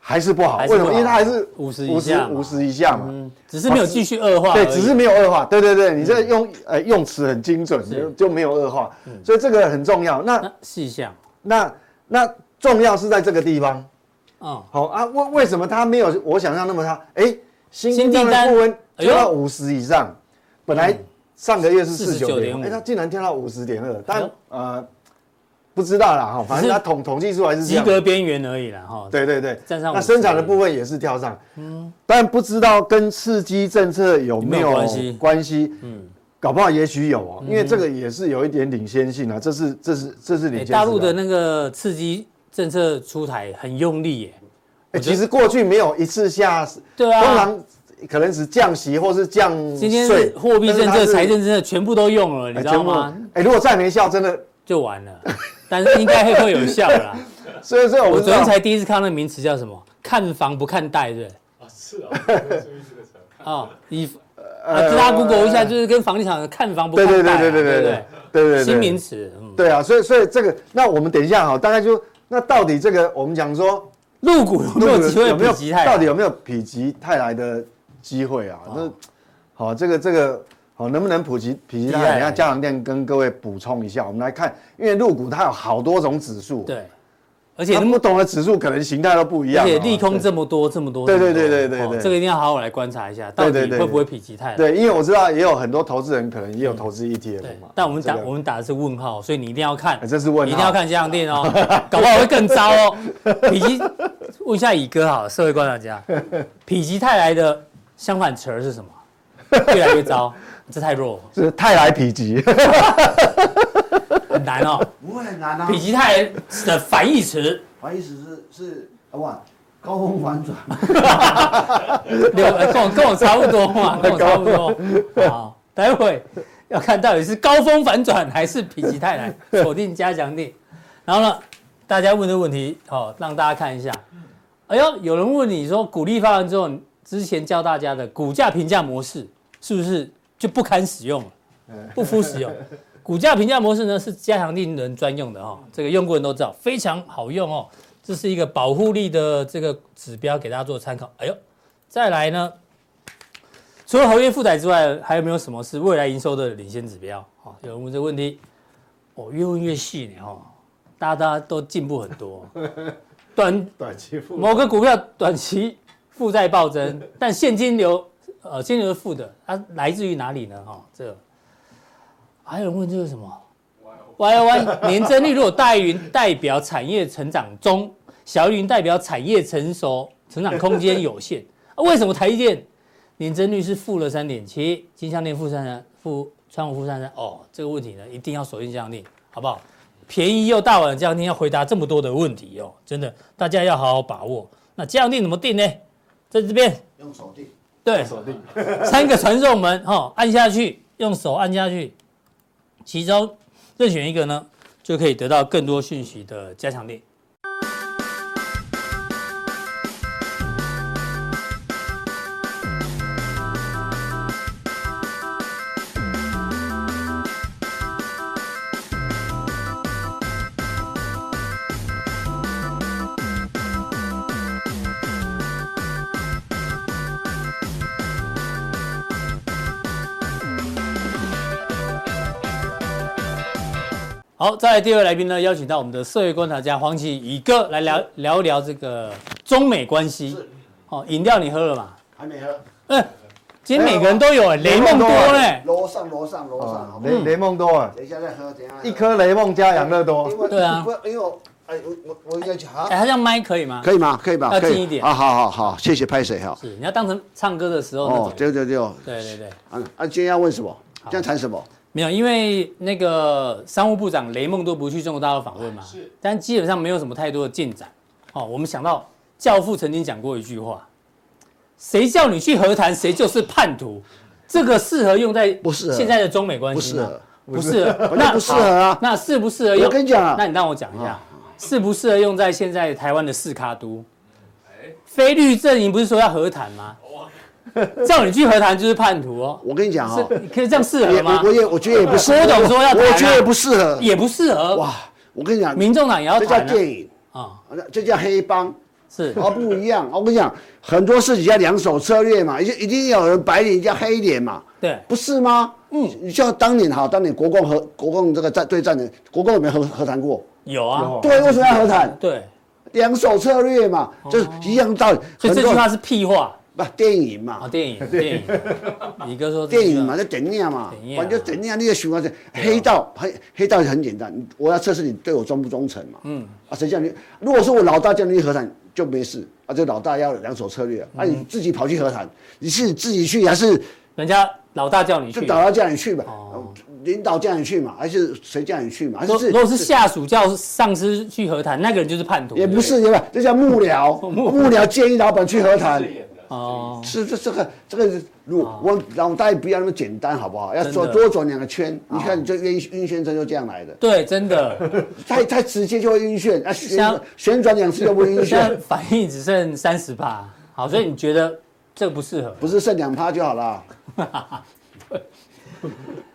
D: 还是不好，
B: 嗯还
D: 为
B: 是不
D: 什
B: 好
D: 么？因为它还是
B: 50以
D: 五十
B: 下嘛
D: 五十以下嘛。
B: 嗯，只是没有继续恶化而已，嗯
D: 哦对，只是没有恶化。对对对，你这用呃用词很精准，就就没有恶化，所以这个很重要。那
B: 那细项，
D: 那那重要是在这个地方。
B: 嗯，
D: 好啊，为为什么它没有我想象那么差？哎，新
B: 新
D: 订
B: 订
D: 单
B: 单
D: 的部温
B: 哎呦嗯
D: 跳到五十以上，本来上个月是四九点，
B: 49.5
D: 哎，它竟然跳到五十点二，
B: 哎
D: 但
B: 呦
D: 呃不知道啦哈，反正它统统计出来是这
B: 及
D: 样。
B: 格边缘而已啦，哈，，哎
D: 对对对，
B: 站上
D: 那
B: 50
D: 生产的部分也是跳上，嗯，但不知道跟刺激政策有没
B: 有没有
D: 有
B: 关系嗯
D: 关系，嗯，搞不好也许有哦，因为这个也是有一点领先性啊，这是这是这是领
B: 哎，
D: 先性。啊
B: 大陆的那个刺激政策出台很用力耶，
D: 哎，其实过去没有一次下，
B: 对啊
D: 通常可能只降息或是降税，
B: 今天是货币政
D: 但
B: 策、
D: 是它是
B: 财政政策全部都用了，你
D: 哎
B: 知道
D: 全部
B: 吗？
D: 哎，如果再没效，真的，
B: 就完了，但是应该会会有效啦。
D: 所以所以我
B: 我
D: 们知
B: 昨
D: 道
B: 天才第一次看到那名词叫什么？看房不看贷，对不对？
E: 啊，是啊，我没有注意这个词。
B: [laughs] 啊，你啊，大家 Google 一下，就是跟房地产看房不看贷
D: 对呃对
B: 啊，
D: 对对
B: 对
D: 对对
B: 不
D: 对对对，
B: 新名词，嗯，
D: 对啊，所以所以这个，那我们等一下哈，大概就那到底这个我们讲说。
B: 入股有没有机会
D: 有没有
B: 比吉泰？
D: 到底有没有否极泰来的机会啊？
B: 哦
D: 那好，这个这个好，能不能普及否极泰
B: 厉害
D: 来？等一下家长店跟各位补充一下，我们来看，因为入股它有好多种指数，，
B: 对，而且
D: 它
B: 那么
D: 不同的指数可能形态都不一样
B: 而
D: 啊，
B: 且利空这么多这么多，
D: 对对
B: 这么多
D: 对对对
B: 哦
D: 对
B: 这个一定要好好来观察一下，到底
D: 对对对
B: 会不会否极泰？
D: 对。对，因为我知道也有很多投资人可能也有投资 ETF
B: 对
D: 嘛，，
B: 但我们
D: 这
B: 打
D: 个
B: 我们打的是问号，所以你一定要看
D: 哎，这是问
B: 一
D: 号
B: 定要看这样店
D: [laughs]
B: 哦，搞不好会更糟哦。否极，问一下乙哥好了，社会观察家，否极泰来的相反词儿是什么？越来越糟，这太弱，
D: 是泰来否极，
B: 嗯很难
D: [laughs]
B: 哦。
C: 不会很难啊
B: 否极泰来的反义词
C: 我意思是是啊哇，高峰反 [laughs] 转，
B: [laughs] 六，呃跟我跟我差不多嘛，跟我差不多。好，待会要看到底是高峰反转还是否极泰来，锁定加强力。然后呢，大家问的问题，好、哦，让大家看一下。哎呦，有人问你说，股利发完之后，之前教大家的股价评价模式是不是就不堪使用了？不敷使用。股价评价模式呢是加强令人专用的哈、哦，这个用过人都知道，非常好用哦。这是一个保护力的这个指标，给大家做参考。哎呦，再来呢，除了合约负载之外，还有没有什么是未来营收的领先指标？哦，有人问这个问题，哦，越问越细呢哦，大家大家都进步很多。 [laughs] 短
D: [laughs] 短期负
B: 某个股票短期负债暴增， [laughs] 但现金流呃现金流是负的，它来自于哪里呢？哈、哦，这个还有人问这是什么？Y O Y 年增率如果大于云，代表产业成长中，小于云代表产业成熟，成长空间有限。啊、为什么台积电年增率是负了三点七，金项链负三三，负川股负三三？哦，这个问题呢，一定要锁定降定，好不好？便宜又大碗的降定要回答这么多的问题哦，真的，大家要好好把握。那降定怎么定呢？在这边，
C: 用手定，
B: 对，
E: 锁定
B: 三个传送门哈、哦，按下去，用手按下去，其中任选一个呢，就可以得到更多讯息的加强力。好，再来第二位来宾呢，邀请到我们的社会观察家黄奇宇哥来聊聊聊这个中美关系。哦，饮料你喝了吗？
C: 还没喝，
B: 嗯、今天每个人都有、欸雷梦多呢、
C: 楼上楼上楼上，好
D: 啊
C: 不好？
D: 雷雷蒙多啊，
C: 等一下再喝，哦等一下再喝
D: 一颗雷蒙加养乐多
C: 因，为
B: 对啊
C: 因为因为我哎我我我应该讲
B: 哎、
C: 啊，
B: 他这样麦可以吗？
C: 可以吗？可以吧？
B: 要
C: 可以
B: 近一点
C: 啊，好好好，谢谢拍谁哈。
B: 是，你要当成唱歌的时候那种。
C: 哦，对对对哦，
B: 对对对，
C: 啊啊，今天要问什么？今天谈什么？
B: 没有，因为那个商务部长雷蒙多不去中国大陆访问嘛，
E: 是，
B: 但基本上没有什么太多的进展。哦，我们想到教父曾经讲过一句话：“谁叫你去和谈，谁就是叛徒。”这个适合用在
C: 不适合
B: 现在的中美关系吗？不适合，
C: 本来不适合啊
B: 那适不适合用？
C: 我跟你讲啊
B: 那你让我讲一下，适不适合用在现在台湾的四卡都？菲律阵营不是说要和谈吗？叫你去和谈就是叛徒哦，
C: 我跟你讲哦，
B: 是可以这样适合
C: 也
B: 吗
C: 我？我也我觉得也不适合，
B: 郭董说要谈啊
C: 我觉得也不适合，
B: 也不适合。
C: 哇，我跟你讲，
B: 民众党也要
C: 这叫
B: 谈啊
C: 电影，
B: 啊，
C: 这叫黑帮。
B: 是
C: 哦，不一样。我跟你讲，很多事情要两手策略嘛，一定一定要有人白脸加黑脸嘛，
B: 对
C: 不是吗？嗯，你像当年好，当年国共和国共这个战对战的，国共有没有和和谈过？
B: 有啊，
C: 对，为什么要和谈？
B: 对，
C: 两手策略嘛，就是一样道理。
B: 哦所以这
C: 很多
B: 句话是屁话
C: 不电影
B: 啊，
C: 嘛，
B: 电
C: [laughs]
B: 影电影，李哥说这
C: 电
B: 句
C: 影
B: 话
C: 嘛，就怎样嘛
B: 怎，样
C: 反正怎样，你也喜欢这
B: 啊
C: 黑道，黑黑道很简单，你我要测试你对我忠不忠诚嘛。嗯，啊，谁叫你？如果说我老大叫你去和谈就没事，啊，这老大要有两手策略
B: 嗯
C: 啊，啊，你自己跑去和谈，你是自己去还是
B: 人家老大叫你
C: 就
B: 去，
C: 导到叫你去吧？
B: 哦
C: 领导叫你去嘛，还是谁叫你去嘛？还
B: 如
C: 是
B: 如果是下属叫上司去和谈，那个人就是叛徒，
C: 也
B: 对
C: 不
B: 对
C: 是，也不是，这叫幕
B: [laughs]
C: 僚，幕僚建议老板去和谈。
E: 演的
B: 哦，
C: 是这这个这个，如我脑袋不要那么简单，好不好？要
B: 真的哦
C: 转多转两个圈，你看你这晕晕眩症就这样来的，
B: 对，真
C: [laughs]
B: 的，
C: 太太直接就会晕眩，啊旋
B: 像
C: 旋转两次就不晕
B: 现在
C: 眩，
B: 反应只剩三十趴，好，所以你觉得这个不适合？
C: 不是剩两趴就好了。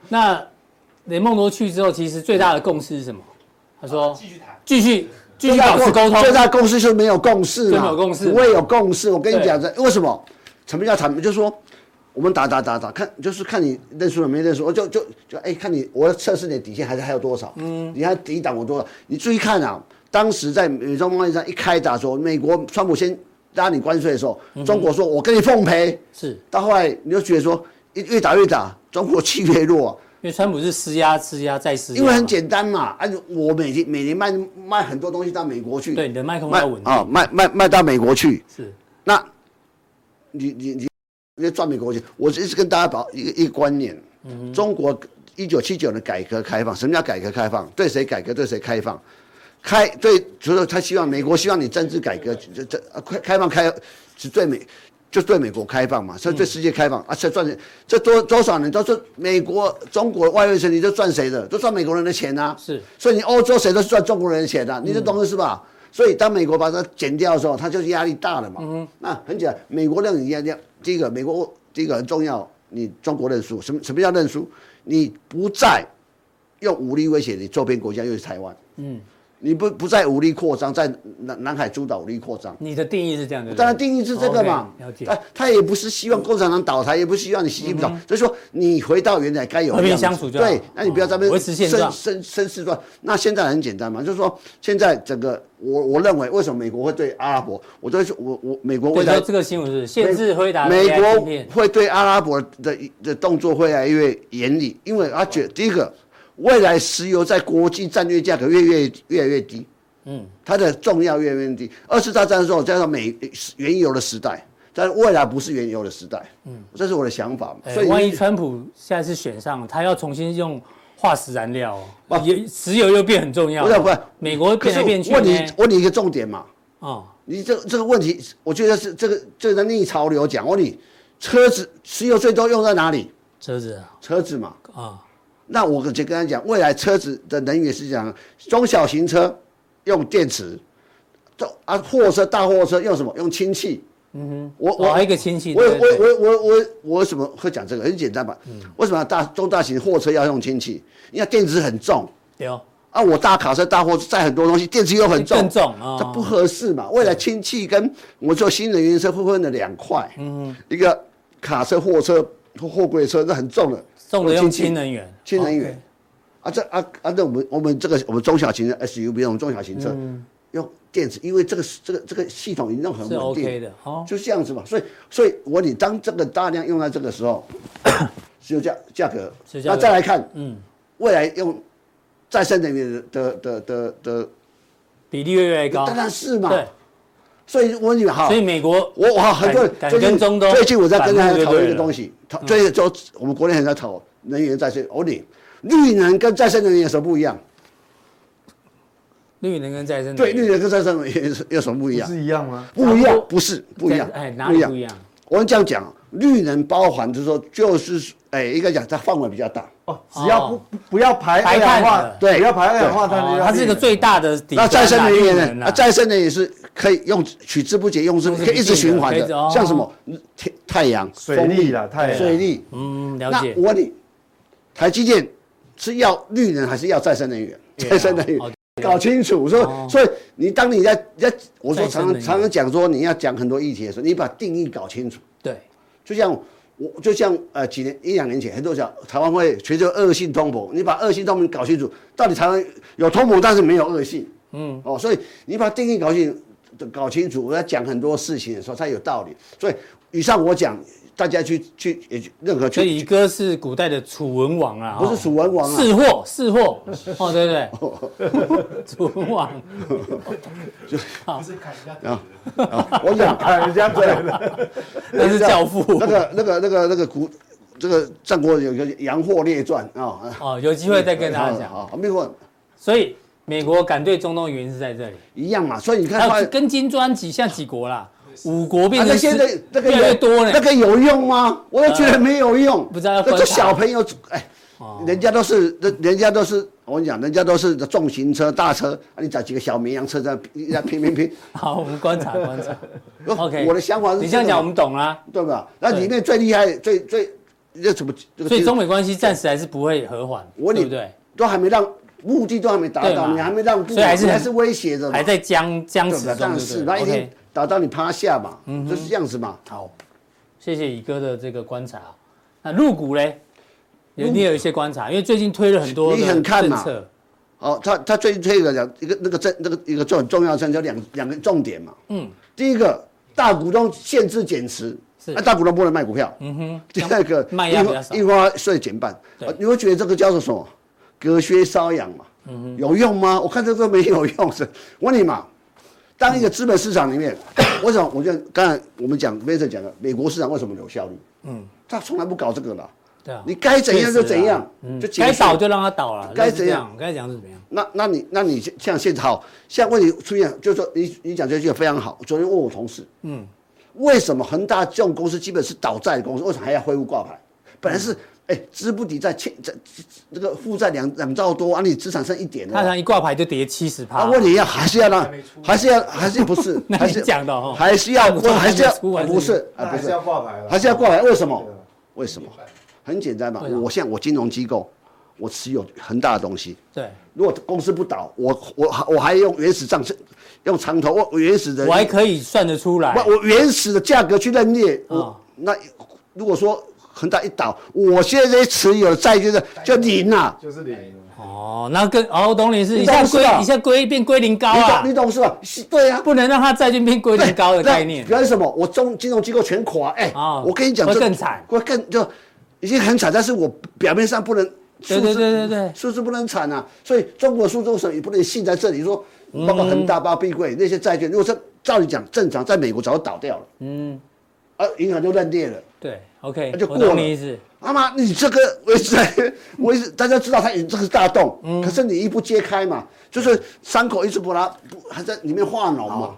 B: 那雷梦多去之后，其实最大的共识是什么？他说
E: 继续谈，
B: 继续继续保持沟通，
C: 最大共识就是没有共识
B: 就
C: 嘛，
B: 没有共识嘛
C: 不会有共识。我跟你讲，这为什么？什么叫谈？就是说我们打打打打，看就是看你认输了没认输，我就就就哎、看你我要测试你的底线还是还有多少，嗯，你还抵挡我多少？你注意看啊，当时在美中贸易战一开打的时候，美国川普先拉你关税的时候，
B: 嗯
C: 中国说我跟你奉陪，
B: 是因
C: 到后来你就觉得说越越打越打，中国气越弱、啊
B: 为川普是施压、施压再施压嘛，
C: 因为很简单嘛，啊，我每天每年卖卖很多东西到美国去，
B: 对你的麦克风
C: 卖
B: 要稳定，
C: 啊，卖卖卖到美国去，
B: 是
C: 那你你你你赚美国去，我一直跟大家保一个一个观念，中国一九七九年改革开放，什么叫改革开放？对谁改革？对谁开放？开对，除了他希望美国希望你政治改革，这这啊开开放开是对美。就对美国开放嘛，所以对世界开放，而且赚钱，这多多少人都是美国、中国外汇生意，就赚谁的？都赚美国人的钱啊。
B: 是
C: 所以你欧洲谁都是赚中国人的钱啊，你这懂的是吧？所以当美国把它减掉的时候，它就是压力大了嘛。那很简单，美国让你压力，第一个美国第一个很重要，你中国认输，什么什么叫认输？你不再用武力威胁你周边国家，尤其是台湾。嗯，你不不再武力扩张，在南南海诸岛武力扩张。
B: 你的定义是这样的，
C: 当然定义是这个嘛
B: 嗯 OK，了解，嗯
C: 他他也不是希望共产党倒台，也不是希望你习近平倒，所以说你回到原来该有的
B: 和平
C: 样子
B: 相处就好
C: 对，那你不要在那
B: 哦维
C: 边
B: 持现状
C: 生生生事状。那现在很简单嘛，就是说现在整个我我认为为什么美国会对阿拉伯，我都是我我美国
B: 对。
C: 未
B: 你说
C: 来
B: 这个新闻是限制回答
C: 美
B: AI
C: 国
B: 芯片
C: 会对阿拉伯的的动作会越来越严厉，因为他
B: 哦
C: 觉第一个，未来石油在国际战略价格越越越来越低，嗯，它的重要越来越低。二次大战之后，加上美原油的时代，但是未来不是原油的时代，嗯，这是我的想法嘛。
B: 哎
C: 所以
B: 万一川普下次选上，他要重新用化石燃料哦，也石油又变很重要。
C: 啊不是不是
B: 美国
C: 可
B: 变
C: 是
B: 来变去
C: 问你
B: 呢
C: 问你一个重点嘛，
B: 啊，
C: 你这这个问题，我觉得是这个这个逆潮流讲。我问你，车子石油最多用在哪里？
B: 车子啊
C: 车子嘛，
B: 啊，
C: 那我跟跟他讲，未来车子的能源是讲中小型车用电池，都啊货车大货车用什么？用氢气。嗯哼，我
B: 我
C: 我
B: 还有一个亲戚，
C: 我
B: 对对
C: 我
B: 对
C: 我我我我为什么会讲这个？很简单吧？为什么大中大型货车要用氢气？因为电池很重
B: 对哦，
C: 啊，我大卡车大货车载很多东西，电池又很重，
B: 更重啊
C: 它不合适嘛。未来氢气跟我做新能源车会分了两块，嗯，一个卡车、货车、货柜车，那很重的，
B: 重的用
C: 氢气
B: 氢能源，
C: 新能源。啊，这啊啊，那我们我们这个我们中小型的 SUV 那种中小型车，用电池，因为这个这个这个系统已经很
B: 嗯是
C: 稳
B: OK
C: 定，
B: 的哦。
C: 就是这样子嘛。所以所以我你当这个大量用在这个时
B: [coughs]
C: 候，只有价价格
B: 石油，价格
C: 那再来看
B: 嗯，
C: 未来用再生能源的的的的
B: 比例越来越
C: 的，
B: 高，
C: 当然是嘛。
B: 对，
C: 所以我问你们哈，
B: 所以美国
C: 我我很多人
B: 敢
C: 最
B: 敢跟
C: 近
B: 中东
C: 最近我在跟大
B: 反
C: 家
B: 目
C: 讨论
B: 就对
C: 一个
B: 了嗯
C: 东西，讨最近就我们国内很在讨能源再生，我问你绿能跟再生能源有什么不一样？
B: 绿能跟再生能
C: 对，
B: 源
C: 绿能跟再生能源有什有什么不一
D: 不
C: 样？
D: 是一样吗？
C: 不一
B: 差
C: 样
B: 不多，
C: 不是不一样，
B: 哎哪里不一样？
C: 我们这样讲，绿能包含就是说，就是哎，应该讲它范围比较大。
D: 哦，只要不不不要排
B: 排
D: 二
B: 碳
D: 氧化
B: 的，
C: 对
D: 不要排二氧化碳
B: 哦
D: 就要绿能，
B: 它是一个最大的底端
C: 那
B: 啊。
C: 再生能
B: 绿
C: 源呢？
B: 啊
C: 啊，再生能源是可以用取之不竭，用之
B: 用之
C: 可以一直
B: 不尽的
C: 循环
B: 可以一直哦
C: 的，像什么太太阳、
D: 水力啦，
C: 风
D: 太阳
C: 水力。
B: 嗯，了
C: 那
B: 解
C: 我。问你，台积电是要绿能还是要再生能源？再生能源
B: 好
C: 搞清楚。所以，所以你当你在在，我说常
B: 哦再生能
C: 常
B: 源
C: 常常讲说你要讲很多议题的时候，你把定义搞清楚。
B: 对，
C: 就像我，就像呃几年一两年前，很多人讲台湾会随着恶性通膨，你把恶性通膨搞清楚，到底台湾有通膨，但是没有恶性，嗯，哦，所以你把定义搞清搞清楚，我在讲很多事情的时候，它有道理。所以以上我讲，大家去去也去任何
B: 所以
C: 去
B: 乙哥是古代的楚文王啊，
C: 不是
B: 哦
C: 楚文王啊
B: 是货是
C: [laughs]
B: 货，哦对对对，楚文王，
E: 不是砍人家腿的，
C: 我讲
D: 看人家对了，
B: 那是教父
C: 那个那个那个那个古这个战国有一个《杨货列传》啊，
B: 哦，有机会再跟大家讲。
C: 啊，没有
B: 所以美国敢对中东的原因是在这里，
C: 一样嘛，所以你看
B: 还
C: 他
B: 有跟金砖几像几国啦，五国变
C: 啊，那
B: 成
C: 现
B: 十
C: 在那个
B: 越来越
C: 有
B: 多呢
C: 那。个有用吗？我也觉得没有用。
B: 不知道要观
C: 那
B: 察
C: 这小朋友，哎，人家都是，人人家都是，我跟你讲，人家都是重型车、大车，啊你找几个小绵羊车在在拼拼拼。
B: 好，我们观察观察。OK，
C: [laughs] 我的想法是
B: 你这样
C: 这个
B: 讲我们懂啦。
C: 对吧？那
B: 对
C: 里面最厉害、最最那什么？这个
B: 所以中美关系暂时还是不会和缓，
C: 我
B: 对
C: 你
B: 不对？
C: 都还没让目的都还没达
B: 对嘛
C: 到，你还没让步，
B: 所以还是
C: 你还
B: 很
C: 是威胁着嘛，
B: 还在僵僵
C: 对
B: 持
C: 吧？
B: 中，
C: 当
B: 对
C: 然
B: 不
C: 是，
B: 对
C: 那一定
B: ？OK，
C: 打到你趴下嘛，就是这样子嘛。
B: 好，谢谢乙哥的这个观察。那入股嘞，有你也有一些观察，因为最近推了很多
C: 你
B: 的
C: 很看
B: 政
C: 嘛
B: 策，
C: 哦，他他最近推一个两一个那个政那个一个重重要政策，两两个重点嘛。
B: 嗯，
C: 第一个大股东限制减持，
B: 是
C: 啊，大股东不能卖股票。
B: 嗯哼，
C: 第二个
B: 卖压比较少
C: 印花印花税减半，
B: 对
C: 啊你会觉得这个叫做什么？隔靴搔痒嘛，
B: 嗯
C: 有用吗？我看这个没有用是。我问你嘛，当一个资本市场里面， [coughs] 为什么？我就刚才我们讲 Vincent 讲的，美国市场为什么有效率？嗯，他从来不搞这个了。
B: 对啊，
C: 你该怎样就怎样
B: 确实啊嗯
C: 就结束
B: 该倒就让它倒了，
C: 该
B: 类似这
C: 怎样
B: 样，该怎样就怎么样。
C: 那那你那你像现在好，像问题出现，就是说你你讲这句非常好。昨天问我同事，嗯，为什么恒大这种公司基本是倒债的公司，为什么还要恢复挂牌？本来是哎资、不抵债，欠债这个负债两两兆多，啊啊你资产剩一点
B: 它好
C: 了。
B: 像一挂牌就跌七十趴？
C: 那，问题要还是要让
E: 还没出，
C: 还是要还是不是
B: [laughs] 那你
C: 还是
B: 讲的哦
C: 还是要
B: 那股票
C: 还是要
B: 还没出完
C: 不是
D: 那
C: 啊
D: 还
C: 不
D: 是
C: 是
D: 要挂牌了，
C: 还是要挂牌？为什么
D: 对啊？
C: 为什么？很简单嘛
B: 为什，么
C: 我像我金融机构，我持有恒大的东西，
B: 对，
C: 如果公司不倒，我我还我还用原始账，用长头，我原始的，
B: 我还可以算得出来。
C: 我我原始的价格去认列。我、
B: 哦
C: 那如果说恒大一倒，我现在持有的债券的就零啦、
D: 就是零。
B: 哦，那跟哦，董理是
C: 你
B: 一下
C: 懂事
B: 归
C: 啊
B: 一下归变归零高
C: 你
B: 啊
C: 懂你，懂是吧？是对呀、啊。
B: 不能让它债券变归零高的
C: 对
B: 概念
C: 那。表示什么？我中金融机构全垮，哎、
B: 哦
C: 我跟你讲，
B: 会
C: 这
B: 更惨
C: 会更就已经很惨，但是我表面上不能，
B: 对对对对对
C: 数字不能惨啊，所以中国苏州省也不能信在这里说，包括恒大、包括碧桂那些债券，如果是照理讲正常，在美国早就倒掉了，嗯，啊，银行就认列了。
B: 对，OK，
C: 那就
B: 我
C: 过了
B: 懂你意思。
C: 妈妈，你这个我一直在，我一直大家知道它这个是大洞，
B: 嗯
C: 可是你一不揭开嘛，就是伤口一直不拉，不还在里面化脓
B: 哦
C: 嘛，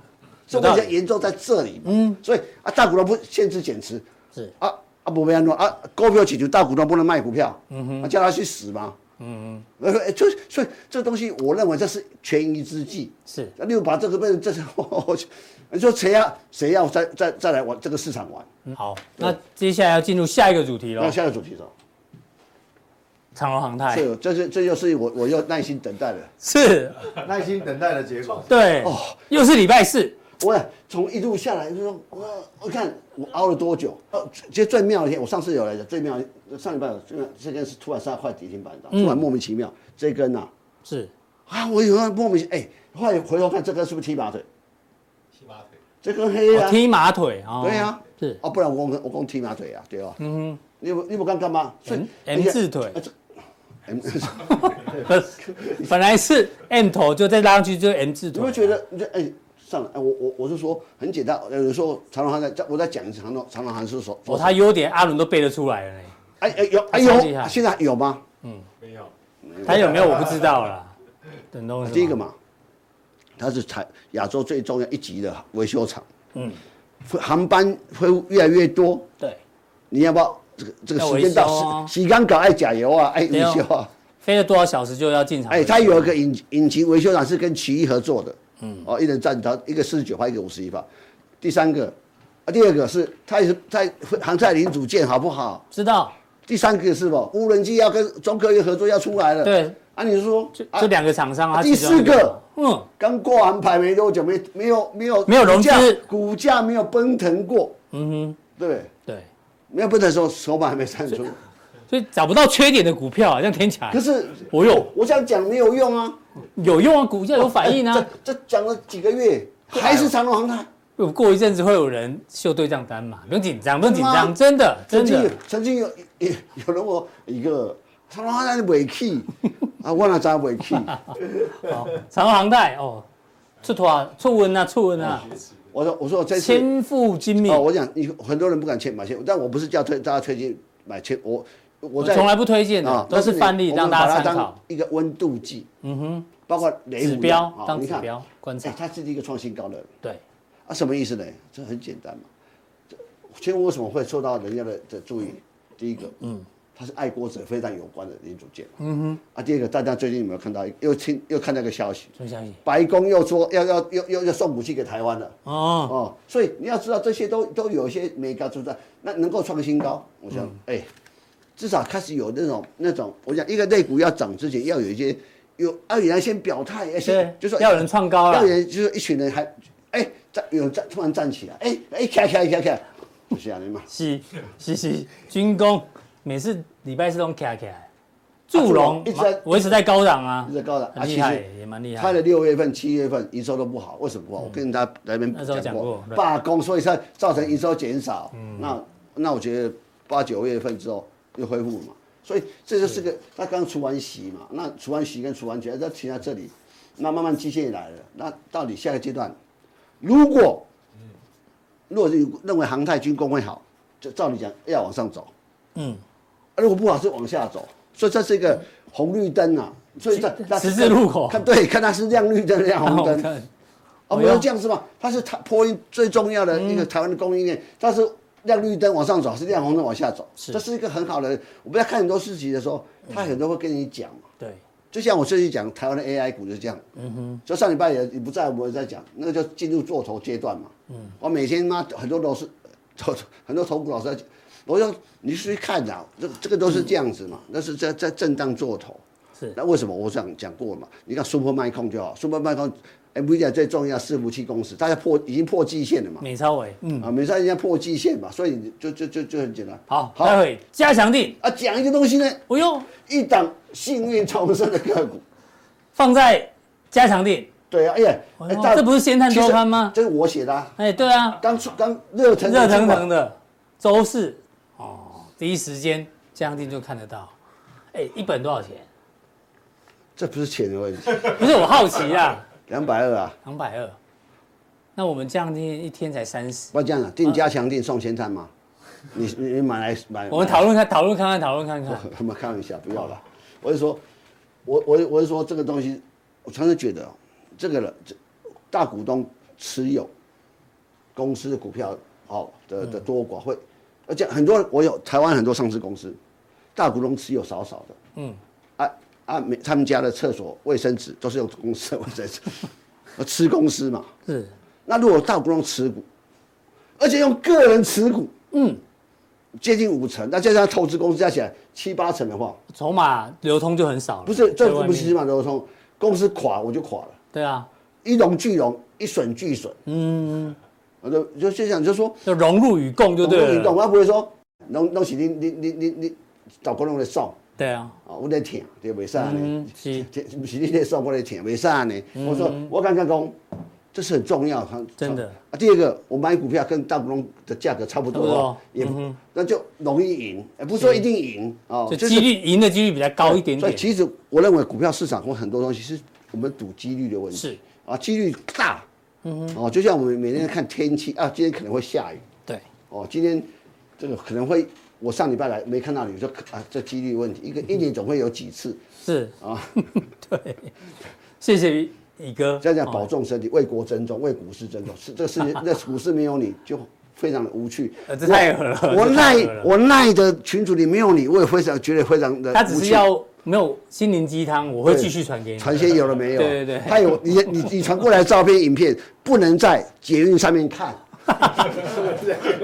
C: 所以
B: 有道
C: 比
B: 理
C: 较严重在这里嘛。嗯，所以啊，大股东不限制减持，
B: 是
C: 啊啊，不被安诺啊，股票起就大股东不能卖股票，嗯哼，啊、叫他去死嘛。嗯嗯，呃，就所以这东西，我认为这是权宜之计。
B: 是，
C: 那你把这个变成这是， [laughs] 我你说谁要谁要再再再来玩这个市场玩？
B: 嗯好，那接下来要进入下一个主题
C: 那
B: 喽，
C: 下一个主题是什么？
B: 长荣航太
C: 这这是这就是我我又耐心等待了。
B: 是，
D: 耐心等待的结果。
B: 对，
C: 哦
B: 又是礼拜四，
C: 我从一路下来就说，我我看我熬了多久？呃，其实最妙的一天，我上次有来讲，最妙的一上礼拜有最妙这根是突然杀块跌停板，你知道
B: 嗯
C: 突然莫名其妙这根呐
B: 是
C: 啊，我有点莫名其哎，后来回头看这根是不是踢马腿？
E: 踢马腿，
C: 这根黑
B: 我
C: 啊，
B: 踢马腿啊，哦
C: 对啊，
B: 是 [laughs]
C: 哦，不然我讲我讲踢马腿啊，对吧？嗯，你有你有刚干嘛？所以哎
B: M M M，M 字腿，
C: M， [laughs]
B: 不是本来是 M 头，就再拉上去就是 M 字
C: 你
B: 腿，
C: 会觉得你就哎上来哎，我我我是说很简单，有人说长隆行在，我在讲长隆长隆行是说
B: 哦，他优点阿伦都背得出来了呢，
C: 哎哎有哎
B: 超厉害
C: 有，现在有吗？
E: 没有，
B: 他有没有我不知道啦，等东
C: 啊第一个嘛，它是台亚洲最重要一级的维修厂，
B: 嗯，
C: 航班会越来越多，
B: 对，
C: 你要不要这个这个
B: 要
C: 时
B: 维
C: 间
B: 修啊
C: 到时时间搞爱加油啊，爱维
B: 对哦
C: 修啊，
B: 飞了多少小时就要进场，
C: 哎，它有一个引引擎维修厂是跟奇异合作的，嗯，哦，一人占到一个四十九趴，一个五十一趴，第三个。啊，第二个是它也是在航太零组件好不好？
B: 知道，
C: 第三个是不无人机要跟中科院合作要出来了，
B: 对，
C: 啊，你说
B: 这
C: 啊
B: 这两个厂商，它
C: 第
B: 其中
C: 四
B: 一
C: 个，
B: 嗯，
C: 刚过完牌没多久，没没有没有
B: 没有融
C: 股价
B: 资
C: 股价没有奔腾过，嗯
B: 哼，
C: 对不对？
B: 对，
C: 没有奔腾的时候，筹码还没散出。
B: 所以找不到缺点的股票啊，这样听起来
C: 可是
B: 我有
C: 我想讲没有用啊，
B: 有用啊，股价有反应啊。
C: 这这讲了几个月，还是长隆航太。
B: 有过一阵子会有人秀对账单嘛，不用紧张，不用紧张，真
C: 真
B: 的真
C: 曾经有
B: 的，
C: 曾经有 [laughs] 有有人我一个，长隆航太尾气 [laughs] 啊，我哪知道尾气？
B: 好，长航贷哦，出脱啊，出温啊，出温啊，
C: 我说我说我这次
B: 千富精密，
C: 哦，我讲你很多人不敢签买签，但我不是叫推大家推荐买签，我我
B: 我
C: 在啊
B: 从来不推荐的，都
C: 但
B: 是
C: 你
B: 范例
C: 我们
B: 让大
C: 把
B: 家
C: 它
B: 参
C: 当
B: 考，
C: 一个温度计，嗯哼，包括雷虎
B: 指标
C: 一样哦
B: 当
C: 你看
B: 指标观察
C: 哎它是一个创新高的
B: 对，
C: 啊，什么意思呢？这很简单嘛，这千为什么会受到人家的的注意？第一个，嗯，它是爱国者非常有关的零组件，嗯哼，啊，第二个，大家最近有没有看到一又听又看到一个消息，
B: 什么消息？
C: 白宫又说要要又又要送武器给台湾了。
B: 哦，
C: 哦，所以你要知道这些都都有一些美高存在，那能够创新高，我想，
B: 嗯
C: 哎、至少开始有那种那种，我想一个类股要涨之前，要有一些有要有人先表态，要
B: 对
C: 先，就说
B: 要有人创高
C: 要
B: 了
C: 有，人就是一群人还哎站有人站突然站起来，哎哎开开开开，不是啊你嘛，
B: 是是是，军工每次礼拜四都卡起来，祝融
C: 啊一直在
B: 维持在高档啊，
C: 一直在高档啊
B: 很厉害
C: 其实
B: 也蛮厉
C: 它
B: 害嗯
C: 的，六月份、七月份营收都不好，为什么不好？我跟大家来边
B: 那时候讲过对嗯
C: 罢工，所以才造成营收减少。那那我觉得八九月份之后又恢复嘛，所以这就是个他刚除完息嘛，那除完息跟除完权，那停在这里，那慢慢季线也来了，那到底下个阶段，如果
B: 嗯
C: 如果是认为航太军工会好，就照理讲要往上走，
B: 嗯，
C: 啊如果不好是往下走，所以这是一个红绿灯啊，所以它它
B: 十字路口
C: 看对，看它是亮绿灯
B: 然
C: 亮
B: 后
C: 红
B: 我
C: 灯，
B: 看
C: 啊，
B: 哎
C: 没
B: 呦
C: 有这样是吧？它是它波音最重要的一个台湾的供应链，它是亮绿灯往上走，还是亮红灯往下走？
B: 是
C: 这是一个很好的。我们在看很多事情的时候，他很多会跟你讲嘛。
B: [laughs] 对，
C: 就像我最近讲台湾的 AI 股就是这样，嗯哼，就上礼拜也你不在，我也在讲，那个就进入做头阶段嘛，嗯，我每天妈很多老师，投很多投顾老师在讲，我说你去看啊，这这个都是这样子嘛，那是在在震荡做头，
B: 是
C: 那为什么我想讲过嘛？你看 Super m i c o n 就好，Super m i c o n NVIDIA 最重要的伺服器公司，大家破已经破季线了嘛，
B: 美超伟，嗯，
C: 啊，美商人家破季线嘛，所以你就就就就很简单，
B: 好，
C: 好
B: 待会加强定，
C: 啊，讲一个东西呢，
B: 哎呦，
C: 一档幸运重生的个股。
B: 放在加强定，
C: 对啊，哎呀，
B: 哎
C: 哎
B: 呦
C: 大
B: 这不是先探周刊吗
C: 其实这是我写的、啊，
B: 哎，对啊，
C: 刚出刚热腾
B: 热腾腾
C: 的，
B: 的周四哦，第一时间加强定就看得到，哎，一本多少
C: [laughs]
B: 钱？
C: 这不是钱的问题，
B: 不是我好奇啊，
C: 两百二啊，
B: 两百二，那我们加强定一天才三十。
C: 不然这样啊，定加强定送千碳嘛，你你你买来买，
B: 我们讨论看，讨论看看，讨论看看。
C: [laughs] 我们开玩笑，不要了。我是说，我我我是说这个东西，我常常觉得哦，这个人这大股东持有公司的股票哦的的多寡会，而且很多我有台湾很多上市公司，大股东持有少少的，嗯，啊啊，每他们家的厕所卫生纸都是用公司的卫生纸， [laughs] 吃公司嘛。
B: 是，
C: 那如果大股东持股，而且用个人持股，
B: 嗯，
C: 接近五成，那加上投资公司加起来七八成的话，
B: 筹码流通就很少了。
C: 不是
B: 在
C: 政府
B: 外
C: 不
B: 面
C: 起码流通，公司垮我就垮了，
B: 对啊，
C: 一荣俱荣，一损俱损。嗯，我就就就想就说，
B: 就融入与共就对
C: 我
B: 了。
C: 我不会说，弄弄起你你你你你找国弄来送
B: 对啊，
C: 啊，我来听，对袂使
B: 嗯
C: 呢，
B: 是嗯
C: 这不是你来送我来听，袂使呢。我说我刚刚讲。这是很重要，它
B: 真的。
C: 啊，第二个，我买股票跟大股东的价格差不多的话，
B: 差
C: 也
B: 不多嗯
C: 不那就容易赢，也不是说一定赢啊，
B: 就
C: 就是
B: 几率赢的几率比较高一点
C: 所以
B: 点。
C: 其实我认为股票市场或很多东西是我们赌几率的问题。
B: 是
C: 啊，几率大。嗯哼。哦，就像我们每天看天气啊，今天可能会下雨。
B: 对，
C: 哦，今天这个可能会，我上礼拜来没看到你，我说啊，这几率问题，
B: 嗯
C: 一个一年总会有几次。
B: 是
C: 啊，
B: [laughs] 对。谢谢乙哥。
C: 这样讲
B: 哦
C: 保重身体，为国争忠，为股市争忠。
B: [laughs]
C: 是这个世界，那股市没有你就非常的无趣。
B: 呃这太狠了
C: 我
B: 这太
C: 赖
B: 狠了
C: 我赖的群主里没有你，我也非常觉得非常的无趣。
B: 他只是要没有心灵鸡汤，我会继续传给你。
C: 传些有了没有？
B: 对对对 [laughs]
C: 他有你你你传过来的照片、影片不能在捷运上面看，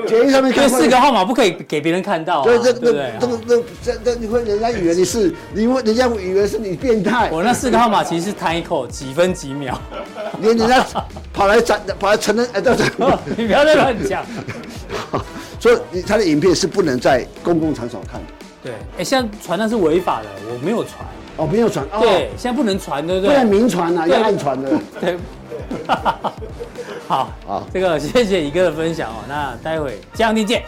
C: 简易上
B: 因
C: 面
B: 为
C: 看会
B: 四个号码不可以给别人看到、啊，
C: 所以这
B: 对不
C: 这
B: 对？
C: 这个这这这你会人家以为你是，你会人家以为是你变态，
B: 我那四个号码其实是 Tico 几分几
C: [laughs]
B: 秒，
C: 连人家跑来展跑来承认哎，
B: [laughs]
C: 对对。
B: 哦你不要再乱讲。
C: 所以你他的影片是不能在公共场所看的
B: 对，哎，现在传那是违法的，我没有传。
C: 哦，没有传哦，
B: 对，现在不能传，对不
C: 不然
B: 对？
C: 明传啊，
B: 对
C: 要暗传的。 [laughs]
B: 对。 [laughs] 好，
C: 好
B: 这个谢谢乙哥的分享哦，那待会嘉阳店见。